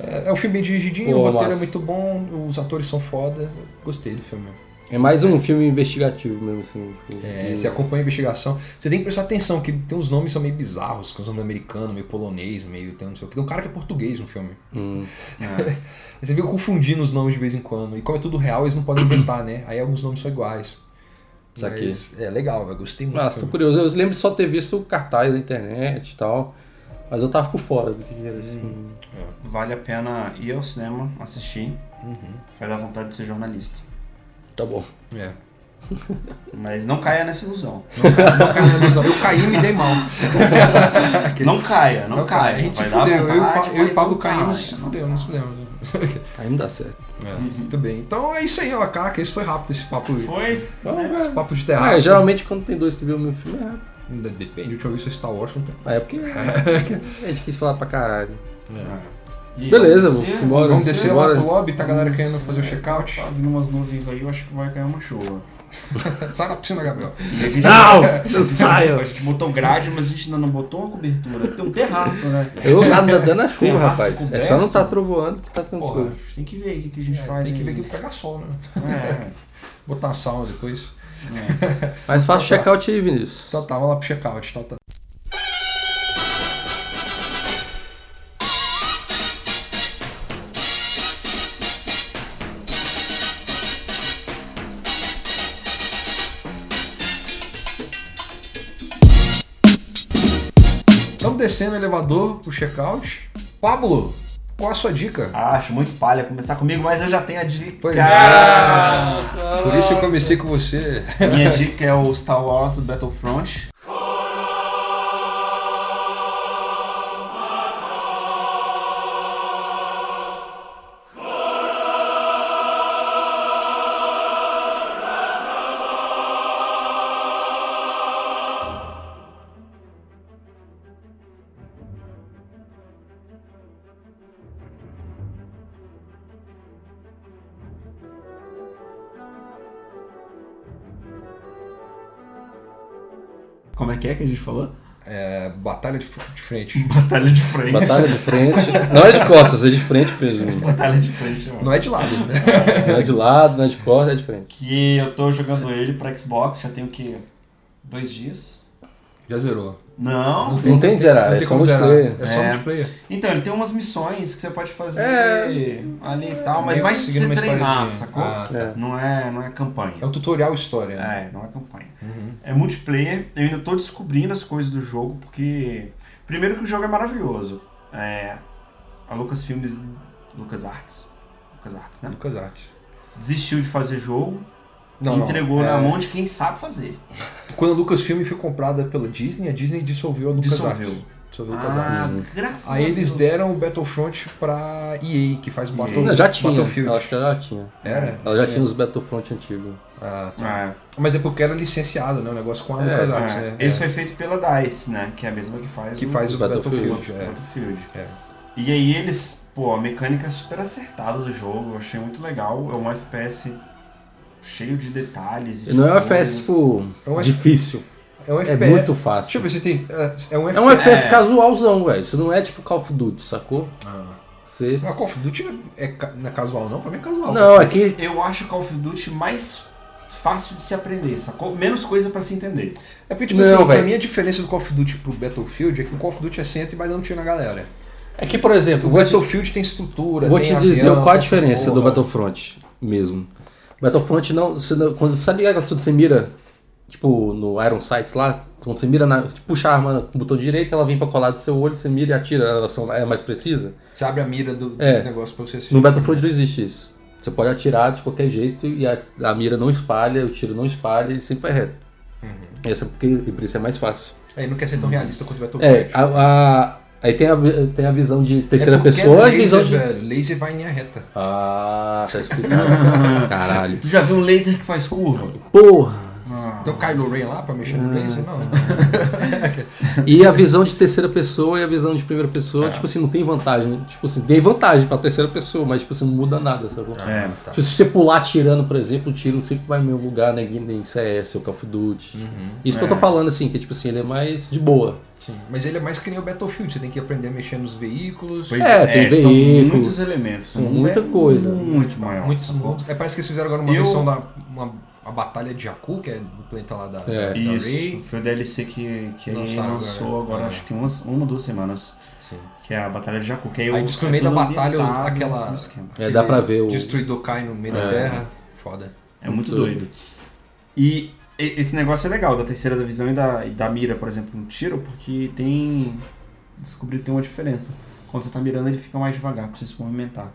é, é um filme bem dirigidinho,
Pô,
o roteiro
massa.
é muito bom, os atores são foda. Gostei do filme.
É mais um filme investigativo mesmo, assim. tipo,
É,
de-
Você acompanha a investigação. Você tem que prestar atenção, que tem uns nomes que são meio bizarros, que são nome americano, meio polonês, meio tem não sei o que. Tem um cara que é português no filme.
Hum.
É.
Aí Você fica confundindo os nomes de vez em quando. E como é tudo real, eles não podem inventar, né? Aí alguns nomes são iguais.
Saquei.
Mas é legal, velho. Gostei muito. do
Nossa, Ah, tô
filme.
curioso. Eu lembro de só ter visto cartaz na internet e tal. Mas eu tava por fora do que era assim. esse filme.
Vale a pena ir ao
Uhum.
cinema, assistir. Vai dar vontade de ser jornalista.
Tá bom.
É.
Mas não caia nessa ilusão.
Não caia, não caia na ilusão. Eu caí e me dei mal.
Não caia, não, caia.
A gente se
Vai dar
fudeu. Eu, e o Pa-
vontade,
eu e
mas
o Pablo
não caia,
caímos, se
não
fudeu, né?
caia.
nos fudemos.
Aí não dá certo.
É. Muito bem. Então é isso aí, ó. Caraca, esse foi É, rápido esse papo.
Pois, né?
Esse papo de
Ah,
terraço.
geralmente quando tem dois que vê o meu filme é rápido.
Ainda Depende, a última vez foi Star Wars um não tem.
Aí é porque a gente quis falar pra caralho.
É.
E
Beleza,
vamos
vamos embora.
Vamos descer lá
embora.
pro lobby, tá a galera querendo fazer o check-out.
Tá vindo umas nuvens aí, eu acho que vai cair uma chuva.
Sai da piscina, Gabriel.
E a gente-
Não! Eu saio!
A gente botou um grade, mas a gente ainda não botou uma cobertura. Tem um terraço, né?
Eu nada nadando na chuva,
Terraço
rapaz. É
coberto.
só não tá trovoando que tá
Porra.
tranquilo.
Ah, A gente tem que ver o que, que a gente
É,
faz.
tem que ver
aí.
que pega sol, né?
É,
Botar a sauna depois.
Mas faça o check-out aí, Vinícius.
Então tá, vamos lá pro check-out. Tá, tá. Estamos descendo o elevador pro check-out. Pablo, qual a sua dica?
Acho muito palha começar comigo, mas eu já tenho a dica.
Pois
Ah!
é. Por isso eu comecei com você.
Minha dica é o Star Wars Battlefront. Como é que é que a gente falou?
É, batalha de, fr- de frente.
Batalha de frente.
Batalha de frente. Não é de costas, é de frente mesmo.
Batalha de frente, mano.
Não é de lado, né?
Não é de lado, não é de costas, é de frente.
Que eu tô jogando ele pra Xbox, já tem o quê? Dois dias?
Já zerou.
Não.
Não tem que zerar,
Não
é
tem
só
como zerar.
multiplayer.
É só
É.
multiplayer.
Então, ele tem umas missões que você pode fazer
É.
ali e tal, mas
Meio
mais pra
seguindo
você
uma
treinar,
historiazinha.
sacou?
Ah, tá.
É.
Não é, não é
É
campanha.
um tutorial história. né?
É, não é campanha.
Uhum.
É multiplayer, eu ainda tô descobrindo as coisas do jogo, porque. Primeiro que o jogo é maravilhoso. É. A Lucas Filmes. Lucas Arts. Lucas Arts, né?
Lucas Arts.
Desistiu de fazer jogo
Não,
e
não,
entregou
é,
na mão de quem sabe fazer.
Quando a Lucasfilm foi comprada pela Disney, a Disney dissolveu a Lucas
Dissolveu.
Arts. Dissolveu a Lucas
Ah,
Arts.
graças
Aí
a
eles
Deus.
deram o Battlefront pra EA, que faz Battle,
Não, já tinha, É.
Battlefield.
eu acho que ela já tinha.
Era?
Ela já tinha os Battlefront antigos.
Ah, tá.
É,
Mas é porque era licenciado, né? O negócio com a
É,
Lucas Arts,
é.
né?
Esse foi feito pela DICE, né? Que é a mesma que faz
Que
o-
faz o
Battlefield,
Battlefield. é.
Battlefield.
É.
E aí eles, pô, a mecânica é super acertada do jogo, eu achei muito legal. É um FPS cheio de detalhes. e
E Não é um
de
FPS,
coisas.
tipo,
É um F-
difícil.
É um
É
FPS.
muito
Deixa eu
fácil.
ver se tem. é- É um
É um
FPS.
FPS casualzão, velho. Isso não é tipo Call of Duty, sacou? Você...
Ah, Call of Duty é, é ca- não é casual, não? Pra mim é casual.
Não, é que
Eu acho o Call of Duty mais fácil de se aprender, sacou? Menos coisa pra se entender.
É porque, tipo
Não,
assim, pra
velho.
mim a diferença do Call of Duty pro Battlefield é que o Call of Duty é senta e vai dando tiro na galera.
É que, por exemplo,
O
vou te,
Battlefield tem estrutura,
vou
tem
te dizer
avião,
qual
tem
a
essas
diferença do
porra.
Battlefront mesmo. Battlefront não, você não- quando você sabe quando você mira, tipo no Iron Sights lá, quando você mira na, você puxa a arma com o botão direito, ela vem pra colar do seu olho, você mira e atira, ela só- é mais precisa.
Você abre a mira do, do
É.
negócio pra você assistir.
No Battlefront não existe isso. Você pode atirar de qualquer jeito e a, a mira não espalha, o tiro não espalha, ele sempre vai reto.
Uhum.
Essa é porque e por isso é mais fácil.
Aí não quer ser tão realista quanto o
É,
Battlefield.
a, a- aí tem a, vi- tem a visão de terceira
porque
pessoa
é
e a visão
laser,
de.
velho. Laser vai em linha reta.
Ah, tá explicado. Caralho.
Tu já viu um laser que faz curva?
Porra!
Ah.
Tem o Kylo Ren lá pra mexer
Ah,
no laser? Não.
E a visão de terceira pessoa e a visão de primeira pessoa, tipo assim, não tem vantagem. Tipo assim, tem vantagem pra terceira pessoa, mas tipo assim, não muda nada, sabe?
É.
Tá.
Tipo, se você pular atirando, por exemplo, o tiro sempre vai no mesmo lugar, né? Game nem CS ou Call of Duty. Isso que eu tô
É.
falando, assim, que tipo assim, ele é mais de boa.
Uhum, Sim. Mas ele é mais que nem o Battlefield. Você tem que aprender a mexer nos veículos.
Pois
É, tem
são
veículo.
muitos elementos.
Tem muita coisa.
Muito maior.
Muitos
sacou?
mundos. É, parece que eles fizeram agora uma
Eu-
versão da uma, a Batalha de Jakku, que é do planeta lá da,
É.
da, da
Isso,
Rey.
foi o DLC que, que ele
Lançaram
lançou
agora.
agora,
É.
acho que tem umas, uma ou duas semanas,
Sim.
que é a Batalha de Jakku. Que aí
Aí
o-
diz que no meio da
tudo
batalha,
ambientado
aquela-
no esquema.
É, dá pra ver o.
Destruidor cai no meio da
É.
terra. Foda.
É muito
Tudo.
doido. E e- esse negócio é legal, da terceira da visão e da, e da mira, por exemplo, no tiro, porque tem. Descobri que tem uma diferença. Quando você tá mirando, ele fica mais devagar pra você se movimentar.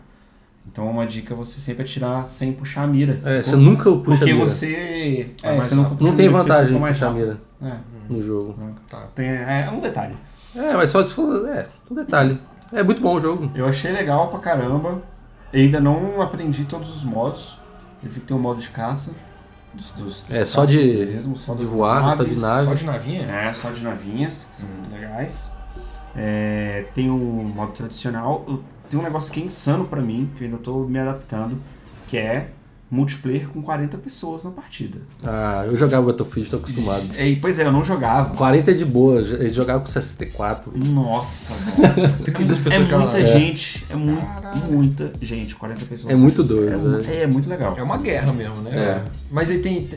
Então uma dica é você sempre atirar sem puxar a mira.
É,
Se
você
for-
nunca puxa a
Porque
mira.
você.
É
É,
mais
você não,
rápido.
Não tem
você
vantagem
fica
de
mais
puxar a
rápido.
mira
É,
no jogo.
Tá.
tem- é um detalhe.
É, mas só que se for- É, um detalhe. É muito bom o jogo.
Eu achei legal pra caramba. Eu ainda não aprendi todos os modos. Eu vi que tem um modo de caça. Dos, dos- dos
É, só
caças
de-
mesmo, só
de
das
voar, só de
naves.
nave.
Só de navinha?
É, só de navinhas,
Hum.
que são muito legais. É, tem o modo tradicional. Eu- Tem um negócio que é insano pra mim, que eu ainda tô me adaptando, que é multiplayer com 40 pessoas na partida.
Ah, eu jogava Battlefield, tô acostumado.
É, e, pois é, eu não jogava.
40 é de boa, ele jogava com 64.
Nossa, cara.
32
é
pessoas
muita
cada-
gente, é mu muita gente, 40 pessoas.
É muito doido,
É, mu-
né?
é muito legal.
É uma guerra mesmo, né?
É.
Mas aí tem.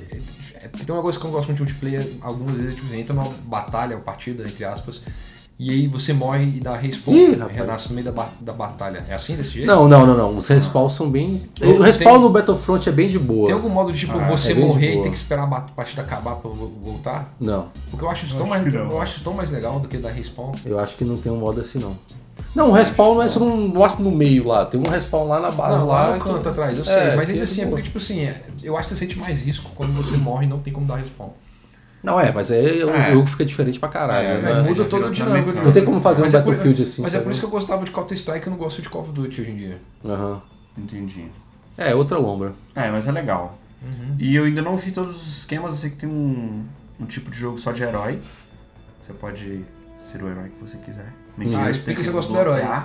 É porque tem uma coisa que eu não gosto muito de multiplayer, algumas vezes tipo, você entra numa batalha, ou partida, entre aspas, e aí você morre e dá respawn, né?
Ih, rapaz.
renasce no meio da, ba- da batalha. É assim desse jeito?
Não, não, não, não. Os respawns são bem.
Tem-
O respawn no Battlefront é bem de
Tem
boa.
algum modo de tipo,
Ah,
você
é bem de
morrer e
boa.
ter que esperar a bat- partida acabar pra vo- voltar?
Não,
Porque eu acho isso tão
Acho
mais.
que não.
Eu acho isso tão mais legal do que dar respawn.
eu acho que não tem um modo assim não. Não, o respawn não é, você não mostra no meio lá. Tem um respawn lá na base
Não,
lá.
lá no
que-
canto atrás, eu sei,
É,
mas
que
ainda
é
assim, é
boa.
porque, tipo assim, é- eu acho que você sente mais risco quando você morre e não tem como dar respawn.
Não, é, mas aí o
É.
jogo fica diferente pra caralho.
É,
né?
Aí
é,
muda todo
já virou
o
outra
dinâmico.
mecânica.
do
Não tem como fazer um
Mas é por-
Battlefield assim,
Mas é
sabe?
por isso que eu gostava de Counter Strike e não gosto de Call of Duty hoje em dia.
Aham.
Entendi.
É, outra lombra.
É, mas é legal.
Uhum.
E eu ainda não vi todos os esquemas, eu sei que tem um, um tipo de jogo só de herói. Você pode ser o herói que você quiser.
Ah,
tem
explica
que
esse negócio do
desbloquear.
herói.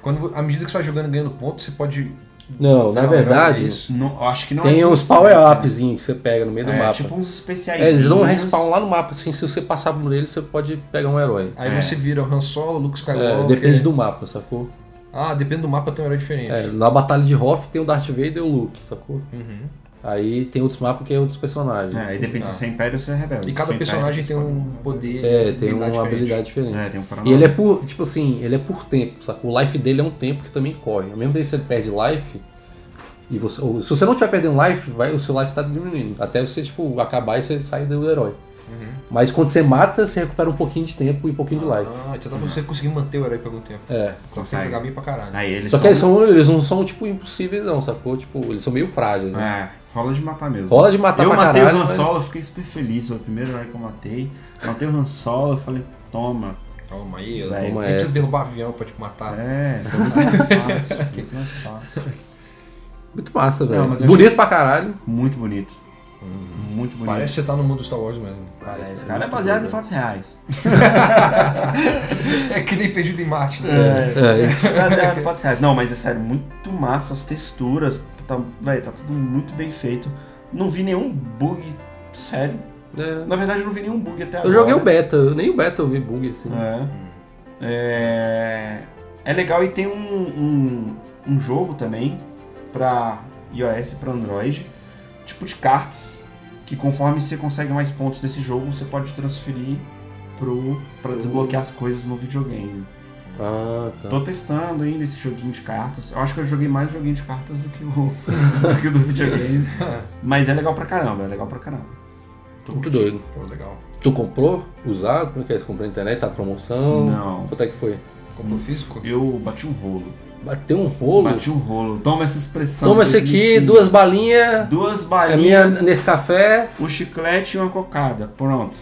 Quando, à medida que você vai jogando e ganhando pontos, você pode.
Não, na
Não,
verdade,
não é isso.
Não, eu acho que não
tem
é
uns power-upzinho que você pega no meio do
É,
mapa.
tipo uns especiais.
É, eles dão um respawn lá no mapa, assim, se você passar por ele, você pode pegar um herói.
Aí
É.
você vira o Han Solo, Luke
Ah,
Skywalker.
É, depende do mapa, sacou?
Ah, depende do mapa tem um herói diferente.
É, na batalha de Hoth tem o Darth Vader e o Luke, sacou?
Uhum.
Aí tem outros mapas que é outros personagens.
É,
assim.
e depende
tá.
se você é império ou se é rebelde.
E
Se
cada
for império,
personagem
você
tem
escolhe.
um poder.
É, tem uma
diferente.
habilidade diferente.
É, tem um
E ele é por, tipo assim, ele é por tempo, sacou? O life dele é um tempo que também corre. Ao mesmo tempo que você perde life, e você, ou, se você não tiver perdendo life, vai, o seu life tá diminuindo. Até você, tipo, acabar e você sair do herói.
Uhum.
Mas quando você mata, você recupera um pouquinho de tempo e um pouquinho de life.
Ah, então dá pra você conseguir manter o herói por algum tempo.
É.
Só que tem que jogar bem pra caralho.
Aí É, eles
Só que
são-
eles, são, eles não são, tipo, impossíveis não, sacou? Tipo, eles são meio frágeis, né?
É, rola de matar mesmo.
Rola de matar
eu
pra
matei
caralho,
o Han
mas-
Solo, eu fiquei super feliz. Foi o primeiro herói que eu matei. Matei o Han Solo, eu falei, toma.
Toma aí, eu
Velho,
toma
tem que
essa.
derrubar avião pra te matar.
É, foi muito mais fácil. muito mais fácil.
Muito massa, velho.
mas eu
Bonito pra caralho.
Muito bonito.
Uhum.
Muito bonito.
Parece que você tá no mundo do Star Wars mesmo.
Parece. Esse cara é baseado em fatos reais.
É que nem perdido em Marte, né?
É, isso.
Baseado em fatos reais. Não, mas é sério, muito massa as texturas. Tá, véi, tá tudo muito bem feito. Não vi nenhum bug sério.
É.
Na verdade, eu não vi nenhum bug até
Eu
agora.
joguei um o beta, eu- nem o beta eu vi bug, assim.
É. É, é legal e tem um, um, um jogo também pra iOS e pra Android, tipo de cartas, que conforme você consegue mais pontos nesse jogo, você pode transferir pro, pra desbloquear as coisas no videogame.
Ah, tá.
Tô testando ainda esse joguinho de cartas. Eu acho que eu joguei mais joguinho de cartas do que o, do, que o do videogame. Mas é legal pra caramba, é legal pra caramba.
Muito doido.
É.
Pô, legal.
Tu comprou? Usado? Como é que é? Você comprou na internet? Tá promoção?
Não.
Quanto é que foi?
Comprou
Hum.
físico?
Eu bati um rolo.
Bateu um rolo?
Bati um rolo. Toma essa expressão.
Toma esse aqui,
2015.
duas balinhas,
Duas
a
balinhas,
minha nesse café.
um chiclete e uma cocada. Pronto.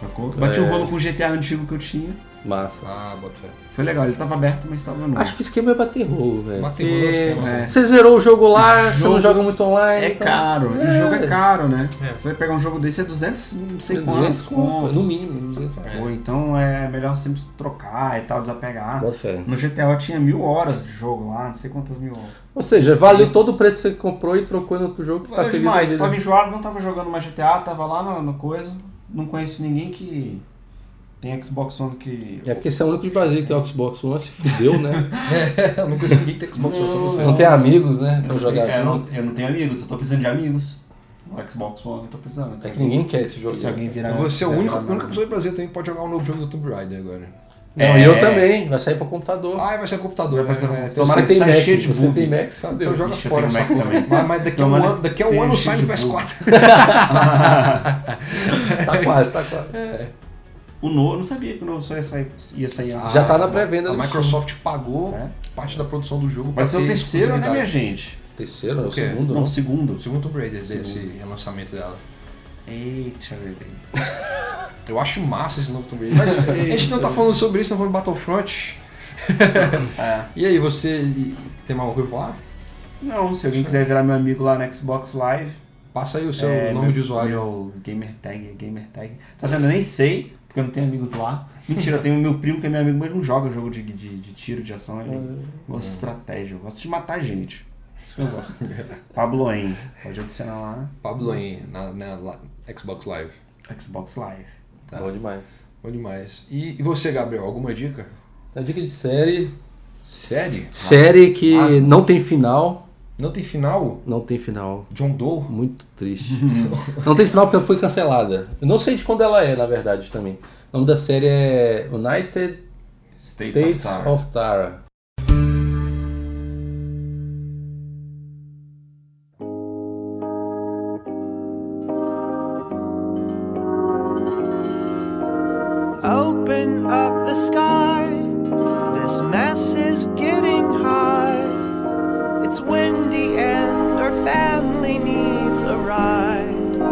Sacou? Bati o
É.
rolo com o GTA antigo que eu tinha.
Massa.
Ah, bota fé.
Foi legal, ele tava aberto, mas tava novo.
Acho que o esquema é bater rolo, velho.
Bateu rolo é o esquema.
Porque Você zerou o jogo lá, você não
Jogo
joga muito online.
É
então-
caro, e o jogo é caro, né?
É.
Você pegar um jogo desse é 200, não sei
200
quantos
conto, né? no
conto.
mínimo, 200 conto.
Ou então é melhor sempre trocar e tal, desapegar.
Bota fé.
No GTA eu tinha mil horas de jogo lá, não sei quantas mil horas.
Ou seja, valeu todo o preço que você comprou e trocou em outro jogo que tá
Valeu
feliz. da
demais,
vida.
tava enjoado, não tava jogando mais GTA, tava lá na, na coisa. Não conheço ninguém que tem Xbox One que...
É porque você é o único de Brasil que tem o Xbox One, se fudeu, né?
É, eu não consigo ninguém ter Xbox One, só você.
Não tem amigos, né?
Eu
Pra
não,
jogar
tenho, eu,
junto.
É, não, eu não tenho amigos, eu tô precisando de amigos. No Xbox One eu tô precisando.
É que ninguém quer esse jogo.
Se alguém virar.
Você é o único,
quiser virar meu
única
amigo.
pessoa do Brasil também que pode jogar o novo jogo do Tomb Raider agora.
Não,
É.
e eu também. Vai sair pra computador.
Ah, vai ser computador,
Vai
vai
ser
ser,
computador.
Tomara
você
que tem
sai
Mac.
cheio de
Você
bug.
tem Mac, você
Então
fudeu.
joga
Ixi, eu
fora
tenho
essa
Mac também.
porra. Mas, mas daqui a um
Tomara
ano,
que
daqui a um
tenha
ano sai no
cheio de
PS4.
Tá quase, tá quase.
O O Noah, eu não sabia que o Noah só ia sair, ia sair antes. né?
Já tá na
a-
pré-venda
A
no
Microsoft pagou
É.
parte da produção do jogo.
Vai
pra
ser o
ter
terceiro, né,
exclusividade.
minha gente?
Terceiro, é o
O quê?
segundo?
Não, o
Não.
segundo.
O segundo upgrade desse
Segundo.
relançamento dela.
Eita, bebê.
Eu acho massa esse novo Tomb Raider. Mas a gente não tá falando sobre isso, não falando de Battlefront.
É.
E aí, você tem mais alguma coisa pra falar?
Não, se alguém quiser virar meu amigo lá no Xbox Live,
Passa aí o seu
É,
nome
meu-
de usuário.
Meu gamer tag, gamer tag. Tá vendo? Eu nem sei, porque eu não tenho amigos lá. Mentira, eu tenho meu primo que é meu amigo, mas ele não joga jogo de, de, de tiro, de ação. Ele gosta de estratégia, eu gosto de matar gente. Isso que eu gosto. Pablo Em, pode adicionar lá.
Pablo em
é
na, na- lá- Xbox Live.
Xbox Live.
Tá.
Bom demais.
Bom demais. E, e você, Gabriel, alguma dica?
Então, dica de série.
Série?
Série que não tem final.
Não tem final?
Não tem final.
John Doe?
Muito triste. não tem final porque ela foi cancelada. Eu não sei de quando ela é, na verdade, também. O nome da série é United
States,
States
of Time.
of Tara.
Open up the sky. This mess is getting high. It's windy and our family needs a ride.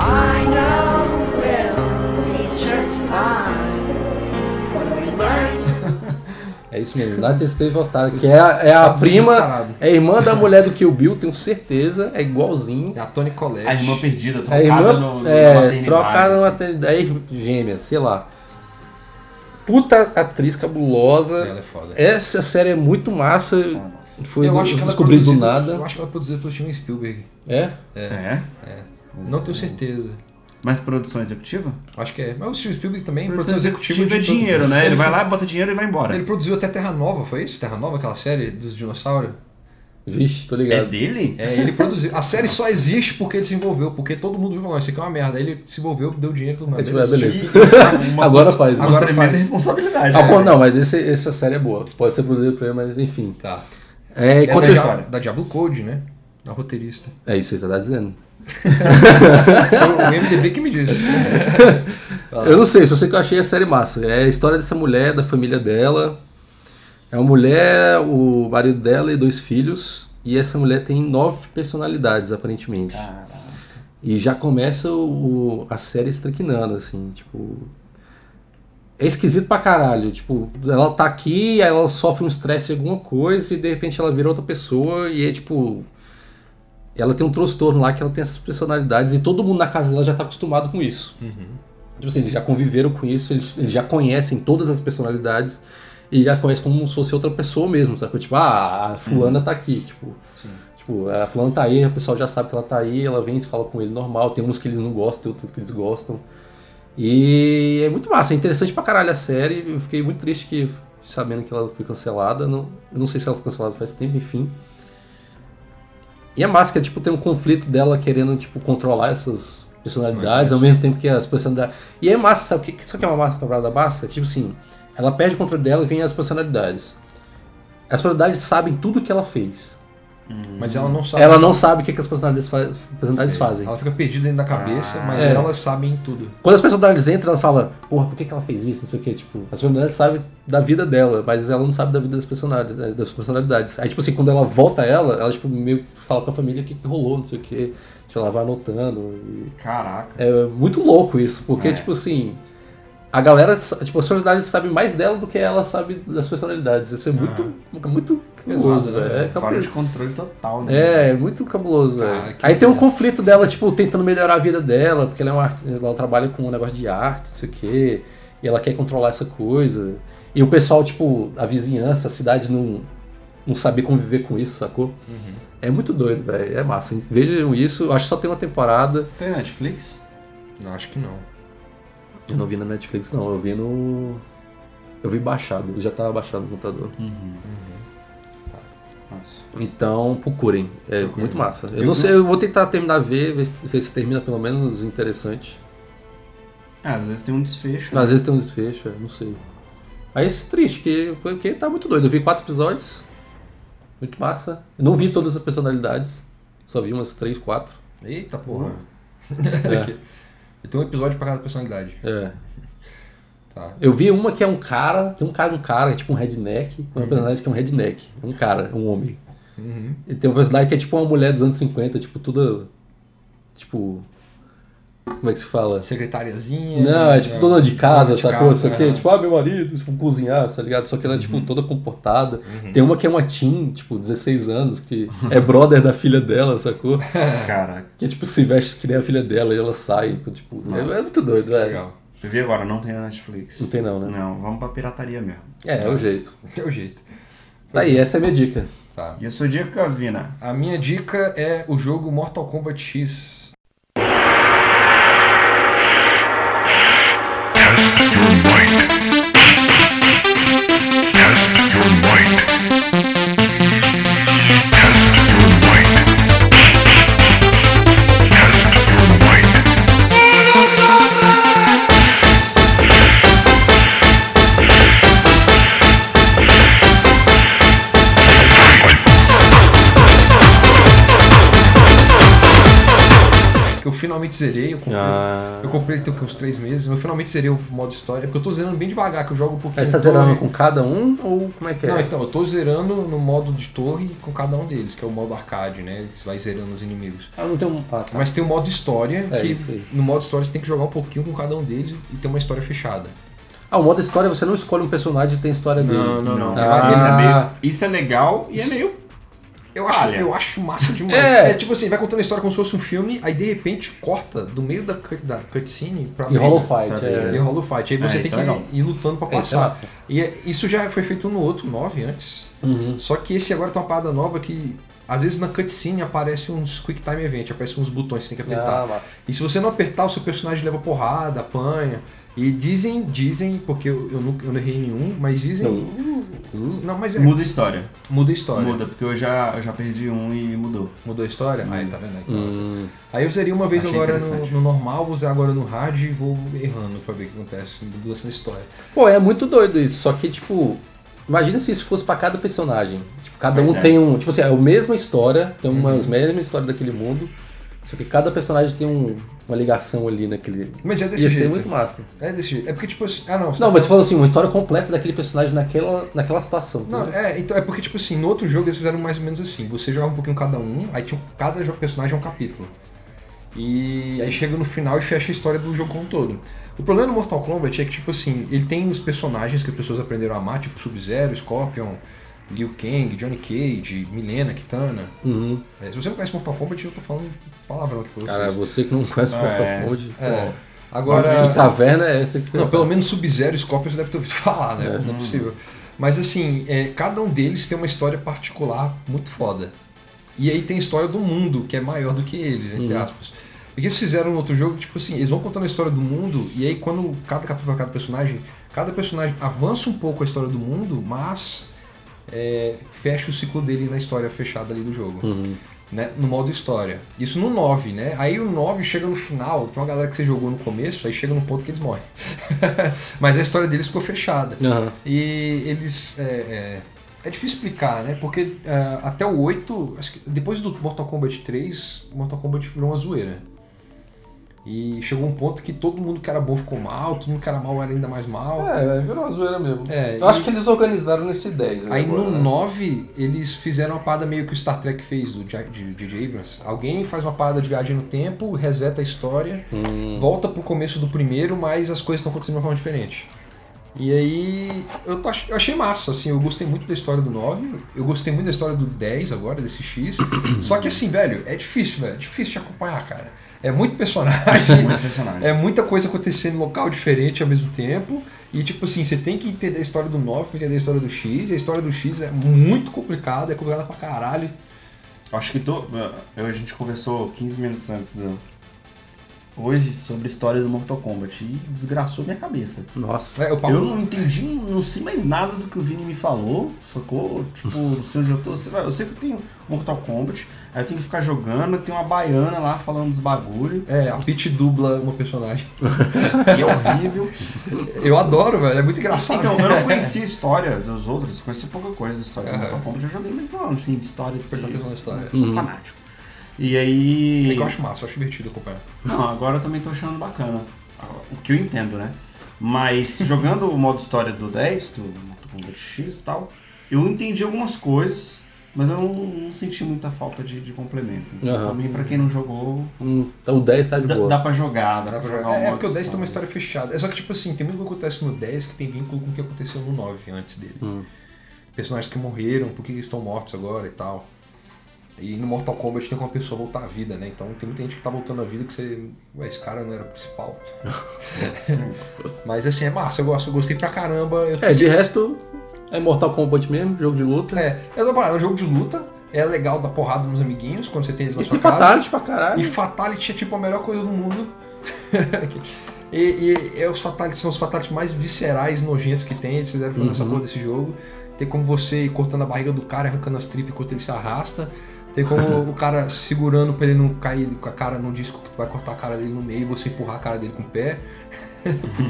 I know we'll be just fine when we learn to.
É isso mesmo, United States of Tara, que é a, é a
Estados Unidos
prima,
tarado.
é a irmã da mulher do Kill Bill, tenho certeza, é igualzinho.
É a Tony Collette.
A irmã perdida,
A irmã
trocada no, no
é,
maternidade,
trocada na
assim.
maternidade, é gêmea, sei lá. Puta atriz cabulosa.
Ela é foda.
Essa série é muito massa.
Ah, nossa.
Foi
eu
do-
acho que ela é
descobri do
produzida-
nada.
Eu acho que ela é produzida pelo Steven Spielberg.
É?
É?
Não
Hum.
tenho certeza.
Mas produção executiva?
Acho que é. Mas o Steven Spielberg também, produção executiva.
é
de tudo.
dinheiro, né? Ele vai lá, bota dinheiro e vai
É.
embora.
Ele produziu até Terra Nova, foi isso? Terra Nova, aquela série dos dinossauros?
Vixe, tô
É
ligado.
dele?
É, ele produziu. A série só existe porque ele se envolveu, porque todo mundo viu falando, isso aqui é uma merda. Aí ele se envolveu, deu dinheiro e tudo mais.
É, tipo, é, beleza.
Uma
Agora faz.
Uma
Agora
tremenda
faz.
responsabilidade.
Ah,
né?
pô, não, mas esse- essa série é boa. Pode ser produzida por ele, mas enfim.
Tá.
É,
É
conta
da,
a
Dia-
história.
da Diablo Code, né? Da roteirista.
É isso que você tá dizendo.
Foi o MDB que me disse.
Eu não sei, só sei que eu achei a série massa. É a história dessa mulher, da família dela. É uma mulher, o marido dela e dois filhos. E essa mulher tem nove personalidades, aparentemente.
Caralho.
E já começa o, o- a série estraquinando, assim, tipo. É esquisito pra caralho. Tipo, ela tá aqui, aí ela sofre um estresse, alguma coisa, e de repente ela vira outra pessoa, e é tipo. Ela tem um transtorno lá que ela tem essas personalidades, e todo mundo na casa dela já tá acostumado com isso. Tipo assim, eles já conviveram com isso, eles, eles já conhecem todas as personalidades, e já conhecem como se fosse outra pessoa mesmo, sabe? Tipo, ah, a fulana tá aqui, tipo. Tipo, a fulana tá aí, o pessoal já sabe que ela tá aí, ela vem e fala com ele normal, tem uns que eles não gostam, tem outros que eles gostam. E é muito massa, é interessante pra caralho a série, eu fiquei muito triste que sabendo que ela foi cancelada, não, eu não sei se ela foi cancelada faz tempo, enfim. E é massa, que é, tipo, tem um conflito dela querendo, tipo, controlar essas personalidades, ao mesmo tempo que as personalidades... E é massa, sabe o que, sabe o que é uma massa quebrada massa? Tipo assim, ela perde o controle dela e vem as personalidades. As personalidades sabem tudo que ela fez.
Mas ela não sabe.
Ela não sabe o que, que as personalidades, fa- personalidades fazem.
Tá. Ela fica perdida dentro da cabeça, mas
É.
elas sabem tudo.
Quando as personalidades entram, ela fala, porra, por que, que ela fez isso? Não sei o que, tipo, as personalidades sabem da vida dela, mas ela não sabe da vida das personalidades, né, das personalidades. Aí, tipo assim, quando ela volta a ela, ela, tipo, meio que fala com a família o que, que rolou, não sei o que. Tipo, ela vai anotando. e-
Caraca.
É muito louco isso, porque,
É.
tipo assim, a galera, sa- tipo, as personalidades sabem mais dela do que ela sabe das personalidades. Isso é muito, muito curioso,
Ah. Pesado, né,
velho.
velho?
É
Fora
cabuloso.
de controle total, né?
É, é muito cabuloso,
Cara,
velho.
que
Aí tem um
merda.
conflito dela, tipo, tentando melhorar a vida dela, porque ela, é uma art- ela trabalha com um negócio de arte, não sei o quê, e ela quer controlar essa coisa. E o pessoal, tipo, a vizinhança, a cidade não, não saber conviver com isso, sacou?
Uhum.
É muito doido, velho. É massa. hein? Vejam isso. Eu Acho que só tem uma temporada.
Tem Netflix?
Não, acho que não.
Eu não vi na Netflix, não. Eu vi no. Eu vi baixado. Já tava baixado no computador.
Nossa.
Então, procurem. É
Procurem.
muito massa. Eu,
Eu
não
vi- um-
sei, eu vou tentar terminar a ver, ver se se termina pelo menos interessante.
Ah, às vezes tem um desfecho.
Às vezes tem um desfecho, é, não sei. Aí é triste, que, porque tá muito doido. Eu vi quatro episódios. Muito massa. Eu não vi todas as personalidades. Só vi umas três, quatro.
Eita porra.
É.
Aqui. Tem um episódio pra cada personalidade.
É.
Tá.
Eu vi uma que é um cara, tem um cara, um cara, é tipo um redneck, uma
Uhum.
personalidade que é um redneck, é um cara, é um homem. E tem uma personalidade que é tipo uma mulher dos anos 50, tipo, toda. Tipo. Como é que se fala?
Secretariazinha. né?
Não, é tipo dona de casa,
dona de
sacou?
casa,
Isso aqui,
é. Uhum.
tipo, ah, meu marido, tipo, cozinhar, tá ligado? Só que ela é, tipo, toda comportada. Tem uma que é uma teen, tipo, 16 anos, que é brother da filha dela, sacou?
né, Caraca.
Que, tipo, se veste que nem a filha dela e ela sai, tipo, é, é muito doido, velho.
Legal.
Eu vi agora, não tem na Netflix.
Não tem não, né?
Não, vamos pra pirataria mesmo.
É, é o jeito.
É o jeito.
Tá aí, essa é a minha dica.
Tá.
E a sua dica, Vina?
A minha dica é o jogo Mortal Kombat X. Que eu finalmente zerei. Eu comprei,
Ah.
eu comprei tem o quê, uns três meses. Eu finalmente zerei o modo história. é Porque eu tô zerando bem devagar, que eu jogo um pouquinho.
Aí você tá
então,
zerando
é-
com cada um ou como é que é?
Não, então, eu tô zerando no modo de torre com cada um deles, que é o modo arcade, né? Que você vai zerando os inimigos.
Ah, não tem um. Ah, tá.
Mas tem o modo história,
É
que
isso aí.
no modo história você tem que jogar um pouquinho com cada um deles e ter uma história fechada.
Ah, o modo história você não escolhe um personagem e tem a história dele.
não.
Ah.
Isso, é meio- isso é legal e é meio.
Eu acho,
Olha.
eu acho massa demais.
É.
É. tipo assim, vai contando a história como se fosse um filme, aí de repente corta do meio da, cut- da cutscene pra
E
briga.
Hollow Fight, é.
E rola o fight. Aí você tem
É, isso
que
é legal.
ir lutando pra
É, isso é
passar.
massa.
e é- isso já foi feito no outro 9 antes.
Uhum.
Só que esse agora tá uma parada nova que às vezes na cutscene aparece uns quick time event, aparece uns botões que você tem que apertar.
Ah, massa.
E se você não apertar, o seu personagem leva porrada, apanha. E dizem, dizem, porque eu, eu, nunca- eu não errei nenhum, mas dizem. Uh, Não, mas é. Muda,
Muda a história.
a história.
Muda, porque eu já, eu já perdi um e mudou.
Mudou a história? Aí, tá vendo? Aí, tá.
Hum.
Aí eu zerei uma vez
Achei
agora no,
interessante.
no normal, vou usar agora no hard e vou errando pra ver o que acontece. Mudou essa história.
Pô, é muito doido isso. Só que, tipo, imagina se isso fosse pra cada personagem. Tipo, cada
Pois
um
é.
tem um. Tipo assim, é a mesma história, tem uma as mesma história daquele mundo. Só que cada personagem tem um- uma ligação ali naquele.
Mas é desse
Ia ser
jeito.
muito massa.
É desse jeito. É porque, tipo assim. Ah, não. você
Não,
tá
mas tu falou assim, uma história completa daquele personagem naquela, naquela situação.
Não,
entendeu?
é, então, é porque, tipo assim, no outro jogo eles fizeram mais ou menos assim. Você jogava um pouquinho cada um, aí tinha, cada jo- personagem é um capítulo. E aí chega no final e fecha a história do jogo como um todo. O problema do Mortal Kombat é que, tipo assim, ele tem os personagens que as pessoas aprenderam a amar, tipo Sub-Zero, Scorpion, Liu Kang, Johnny Cage, Milena, Kitana.
Uhum.
É, se você não conhece Mortal Kombat, eu tô falando palavrão aqui pra vocês.
Cara, é você que não conhece o
Ah,
Mortal
é.
Kombat.
É.
pô, Que
Agora.
caverna é essa que você.
Não, pelo menos Sub-Zero e Scorpion você deve ter ouvido falar, né? Não é possível. Mas assim, é, cada um deles tem uma história particular muito foda. E aí tem a história do mundo, que é maior do que eles, entre aspas. Porque eles fizeram no outro jogo, tipo assim, eles vão contando a história do mundo, e aí quando cada capítulo cada personagem, cada personagem avança um pouco a história do mundo, mas é, fecha o ciclo dele na história fechada ali do jogo. Né? No modo história. Isso no 9, né? Aí o 9 chega no final, tem uma galera que você jogou no começo, aí chega no ponto que eles morrem. mas a história deles ficou fechada.
Aham.
E eles. É, é, é difícil explicar, né? Porque ah, até o 8, acho que depois do Mortal Kombat 3, Mortal Kombat virou uma zoeira. E chegou um ponto que todo mundo que era bom ficou mal, todo mundo que era mal era ainda mais mal.
É, virou uma zoeira mesmo.
É,
eu acho que eles organizaram nesse 10. né,
Aí
agora,
no
né?
9, eles fizeram uma parada meio que o Star Trek fez do J- de DJ Abrams. Alguém faz uma parada de viagem no tempo, reseta a história,
Hum.
volta pro começo do primeiro, mas as coisas estão acontecendo de uma forma diferente. E aí eu, tô ach- eu achei massa, assim, eu gostei muito da história do 9, eu gostei muito da história do 10 agora, desse X. Só que assim, velho, é difícil, velho, é difícil de acompanhar, cara. É muito personagem,
Muito personagem.
é muita coisa acontecendo em local diferente ao mesmo tempo. E tipo assim, você tem que entender a história do 9 pra entender a história do X. E a história do X é muito complicada, é complicada pra caralho.
Acho que tô. eu- a gente conversou 15 minutos antes do. Hoje sobre a história do Mortal Kombat e desgraçou minha cabeça.
Nossa.
É, eu
Eu
falo,
não entendi, não sei mais nada do que o Vini me falou, sacou? Tipo, não sei onde eu tô. sei lá, Eu sei que eu tenho Mortal Kombat, aí eu tenho que ficar jogando, tem uma baiana lá falando dos bagulho,
É, a Peach dubla uma personagem.
e é horrível.
Eu adoro, velho, é muito engraçado.
Então, eu não conhecia a história dos outros, conheci pouca coisa da história do Mortal Kombat, eu joguei, mas não, assim, de história de
Prestar atenção na história.
Sou fanático. E aí.
É que eu acho massa, eu acho divertido acompanhar.
Não, agora eu também tô achando bacana. O que eu entendo, né? Mas jogando o modo história do 10, do Mortal Kombat X e tal, eu entendi algumas coisas, mas eu não, não senti muita falta de, de complemento. Então,
Aham.
Também pra quem não jogou,
Hum, então o 10 tá de
dá,
boa.
dá pra jogar, dá pra jogar um
É, é
modo
porque o 10 tem uma história fechada. É só que, tipo assim, tem muito que acontece no 10 que tem vínculo com o que aconteceu no 9 antes dele.
Hum.
Personagens que morreram, por que eles estão mortos agora e tal. E no Mortal Kombat tem como a pessoa voltar à vida, né? Então tem muita gente que tá voltando à vida que você. Ué, esse cara não era o principal. Mas assim, é massa, eu gosto, eu gostei pra caramba. Eu
É, de resto, é Mortal Kombat mesmo, jogo de luta.
É, é uma parada, é um jogo de luta, é legal dar porrada nos amiguinhos quando você tem eles na
E
sua
tem
casa.
fatality pra
E
caralho.
Fatality é tipo a melhor coisa do mundo. e e é os Fatalities são os Fatalities mais viscerais, nojentos que tem. Eles fizeram fazer essa porra desse jogo. Tem como você ir cortando a barriga do cara, arrancando as tripas enquanto ele se arrasta. Tem como o cara segurando pra ele não cair com a cara no disco que vai cortar a cara dele no meio e você empurrar a cara dele com o pé.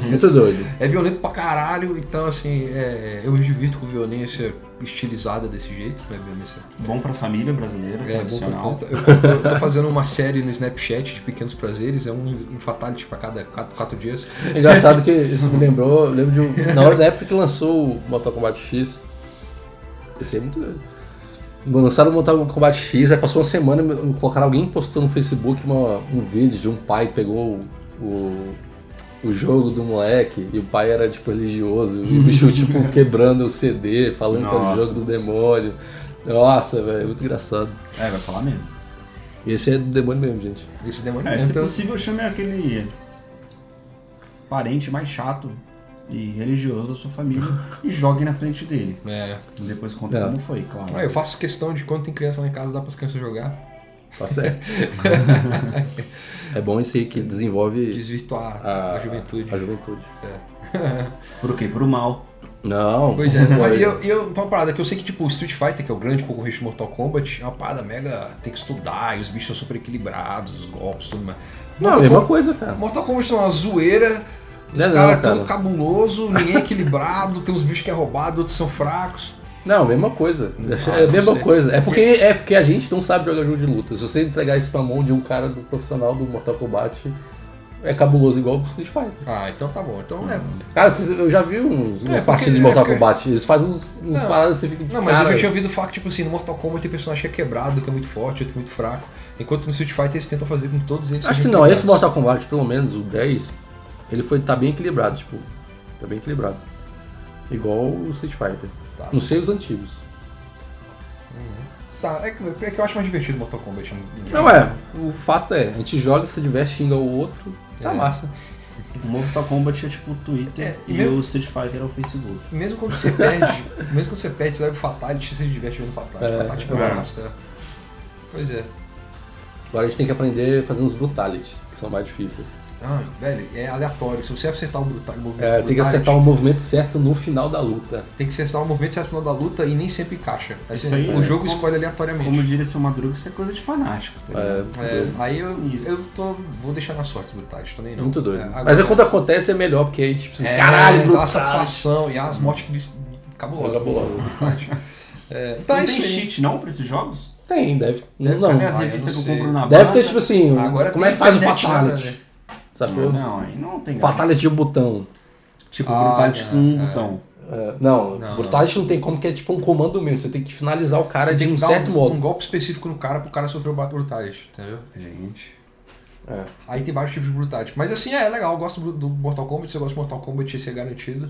Muito doido.
É violento pra caralho, então assim, é, eu me divirto com violência estilizada desse jeito, né? Violência
Bom pra família brasileira,
É, bom pra
tradicional.
conta. Eu, eu tô fazendo uma série no Snapchat de pequenos prazeres, é um, um fatality pra cada quatro, quatro dias.
Engraçado que isso me lembrou, eu lembro de um- na hora da época que lançou o Mortal Kombat X. Esse é muito doido. Bom, Lançaram o Mortal Kombat X, aí passou uma semana, me- colocaram alguém postou no Facebook uma- um vídeo de um pai que pegou o, o, o jogo do moleque e o pai era tipo religioso, e o bicho tipo quebrando o CD, falando que era o
Nossa.
jogo do demônio. Nossa, velho, muito engraçado.
É, vai falar mesmo.
E esse é do demônio mesmo, gente.
Isso demônio
É, se
então,
possível, chame aquele parente mais chato e religioso da sua família e jogue na frente dele.
é.
E depois conta
É.
como foi, claro.
Ah, eu faço questão de quando tem criança lá em casa, dá pras crianças jogar,
Tá certo. é bom esse aí que desenvolve
desvirtuar
a,
a, juventude.
A juventude.
Por quê? Pro mal.
Não.
Pois é,
não
e eu, e eu então, uma parada que eu sei que tipo, o Street Fighter, que é o grande concorrente de Mortal Kombat, é uma parada mega. tem que estudar, e os bichos são super equilibrados, os golpes, tudo mais.
Não, é a
Mortal
mesma coisa, cara.
Mortal Kombat é uma zoeira, os
Não é não,
caras
cara.
tão cabuloso, ninguém é equilibrado, tem uns bichos que é roubado, outros são fracos.
Não, mesma coisa.
Ah,
é a mesma
você-
coisa. É porque, é porque a gente não sabe jogar jogo de luta. Se você entregar isso pra mão de um cara do profissional do Mortal Kombat, é cabuloso igual pro Street Fighter.
Ah, então tá bom. Então
Uhum.
é.
Cara, vocês- eu já vi uns, umas
porque-
partidas de Mortal
é porque-
Kombat. Eles fazem uns, uns
Não.
paradas assim, fica de
Não, mas
cara.
eu já tinha ouvido o fato, tipo assim, no Mortal Kombat tem personagem que é quebrado, que é muito forte, outro muito fraco. Enquanto no Street Fighter eles tentam fazer com que todos eles.
Acho que
sejam
não, esse
equilibrados.
Mortal Kombat, pelo menos o 10, ele foi, tá bem equilibrado, tipo, tá bem equilibrado. Igual o Street Fighter.
Tá.
Não sei os antigos.
Tá, é que, é que eu acho mais divertido o Mortal Kombat. né. no- no-
Não é, o fato é, a gente joga, se diverte, xinga o outro, tá
É.
massa.
Tipo, O Mortal Kombat é tipo o Twitter
É, e
e
mesmo-
o Street Fighter é o Facebook.
Mesmo quando você perde, mesmo quando você perde, você leva o Fatality, você se diverte jogando Fatality.
É,
fatality
eu
pra
acho.
massa, é. Pois é.
Agora a gente tem que aprender a fazer uns brutalities, que são mais difíceis.
Ah, velho, é aleatório. Se você acertar o brutal, o movimento
É, tem que
brutality,
acertar o movimento certo no final da luta.
Tem que acertar o movimento certo no final da luta e nem sempre encaixa. Aí
Isso
você-
aí,
o
né?
jogo
Como-
escolhe aleatoriamente.
Como diria seu Madruga, isso é coisa de fanático. Tá
É,
ligado?
É, aí eu,
Isso.
eu tô, vou deixar na sorte, brutality, tô nem não.
muito doido.
É,
Mas é
agora-
quando acontece é melhor, porque aí tipo, assim,
É,
caralho,
dá uma
brutality.
satisfação e as mortes vis- cabulosas.
Cabulosa.
do Brutality. É, então
não
é
tem
isso aí.
cheat não pra esses jogos?
Tem, deve.
Deve
não,
ter
Tem as
Ah, eu
revistas
não
que eu compro
sei.
na
deve
banca.
ter tipo assim,
Agora
como
tem
é que faz o
internet, né,
fatality?
velho?
Sacou?
né?
Não, aí não tem graça.
Fatality de botão.
Tipo,
Ah,
Brutality
não,
com um botão.
É, não,
Não,
brutality não tem como, que é tipo um comando mesmo. Você tem que finalizar o cara
Você
de
tem
um
que dar
certo
um,
modo.
um golpe específico no cara pro cara sofrer o ba- brutality, entendeu?
Gente.
É.
Aí tem vários tipos de brutality. Mas assim, é legal, eu gosto do, do Mortal Kombat, se eu gosto de Mortal Kombat, esse é garantido.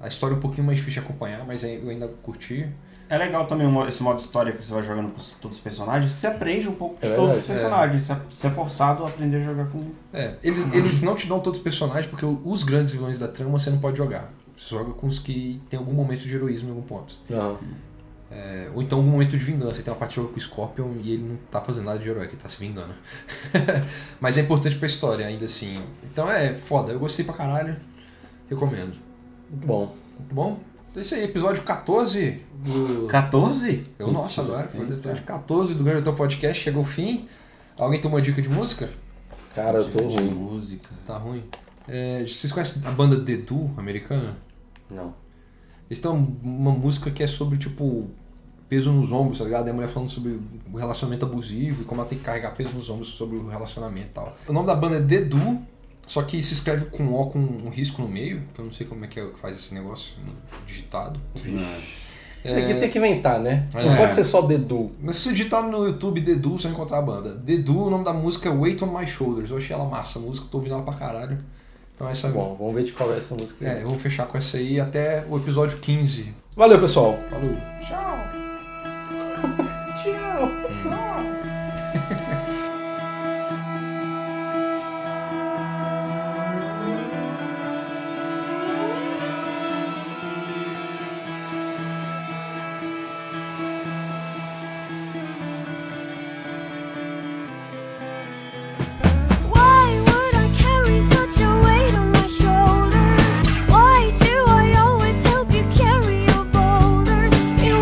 A história é um pouquinho mais difícil de acompanhar, mas aí eu ainda curti.
É legal também o mo- esse modo história que você vai jogando com os- todos os personagens. Você aprende um pouco de
É
todos os
verdade,
personagens. Você é- Você é forçado a aprender a jogar com.
É, eles, eles não te dão todos os personagens, porque os grandes vilões da trama você não pode jogar. Você joga com os que tem algum momento de heroísmo em algum ponto.
Não.
É, ou então algum momento de vingança. Tem uma parte que joga com o Scorpion e ele não tá fazendo nada de herói, que ele tá se vingando. Mas é importante pra história, ainda assim. Então é foda, eu gostei pra caralho. Recomendo.
Muito bom.
Muito bom? Então é isso aí, episódio 14 do.
14?
Eu, nossa, agora foi o
Eita.
episódio 14 do Grande Hotel Podcast, chegou o fim. Alguém tem uma dica de música?
Cara, eu tô
Dica de
ruim.
Música.
Tá ruim. É, vocês conhecem a banda The Do, americana?
Não.
Eles têm uma música que é sobre, tipo, peso nos ombros, tá ligado? E a mulher falando sobre o relacionamento abusivo e como ela tem que carregar peso nos ombros sobre o relacionamento e tal. O nome da banda é Dedu, só que se escreve com O com um risco no meio, que eu não sei como é que, é que faz esse negócio digitado.
Tem, É que, tem que inventar, né? Não
É.
pode ser só Dedu.
Mas se você digitar no YouTube Dedu, você vai encontrar a banda. Dedu, o nome da música é Weight on My Shoulders. Eu achei ela massa a música, tô ouvindo ela pra caralho. Então essa
Bom, vamos ver de qual é essa música.
É, eu vou fechar com essa aí até o episódio 15.
Valeu, pessoal.
Falou.
Tchau.
Why would I carry such a weight on my shoulders? Why do I always help you carry your boulders? It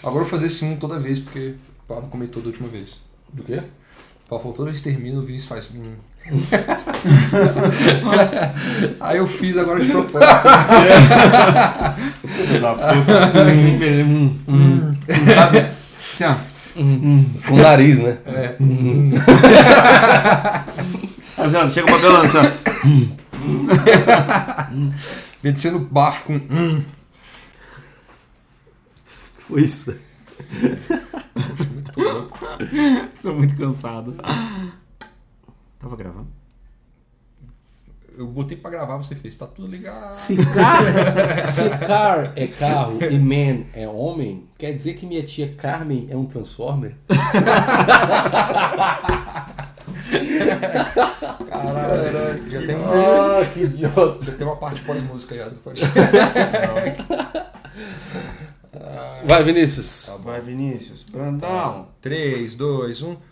for fazer esse um toda vez, porque o Pablo comentou da última vez.
Do quê?
O Pablo falou, toda vez que termina, o Vinícius faz. Hum. Aí eu fiz agora de propósito.
Filho da puta.
Hum, hum,
Sabe? Assim, ó.
hum. Com o nariz, né?
É.
Assim, ó, chega o papelão, assim, ó.
Vencendo bafo com. Hum.
Foi isso.
Muito louco.
Tô muito cansado. Tava gravando?
Eu botei pra gravar, você fez, tá tudo ligado.
Se car, se car é carro e man é homem, quer dizer que minha tia Carmen é um transformer?
Caralho, já tem uma,
Ah, que idiota.
já tem uma parte pós-música já do
Vai, Vinícius.
Vai, Vinícius. Brandão.
3, 2, 1.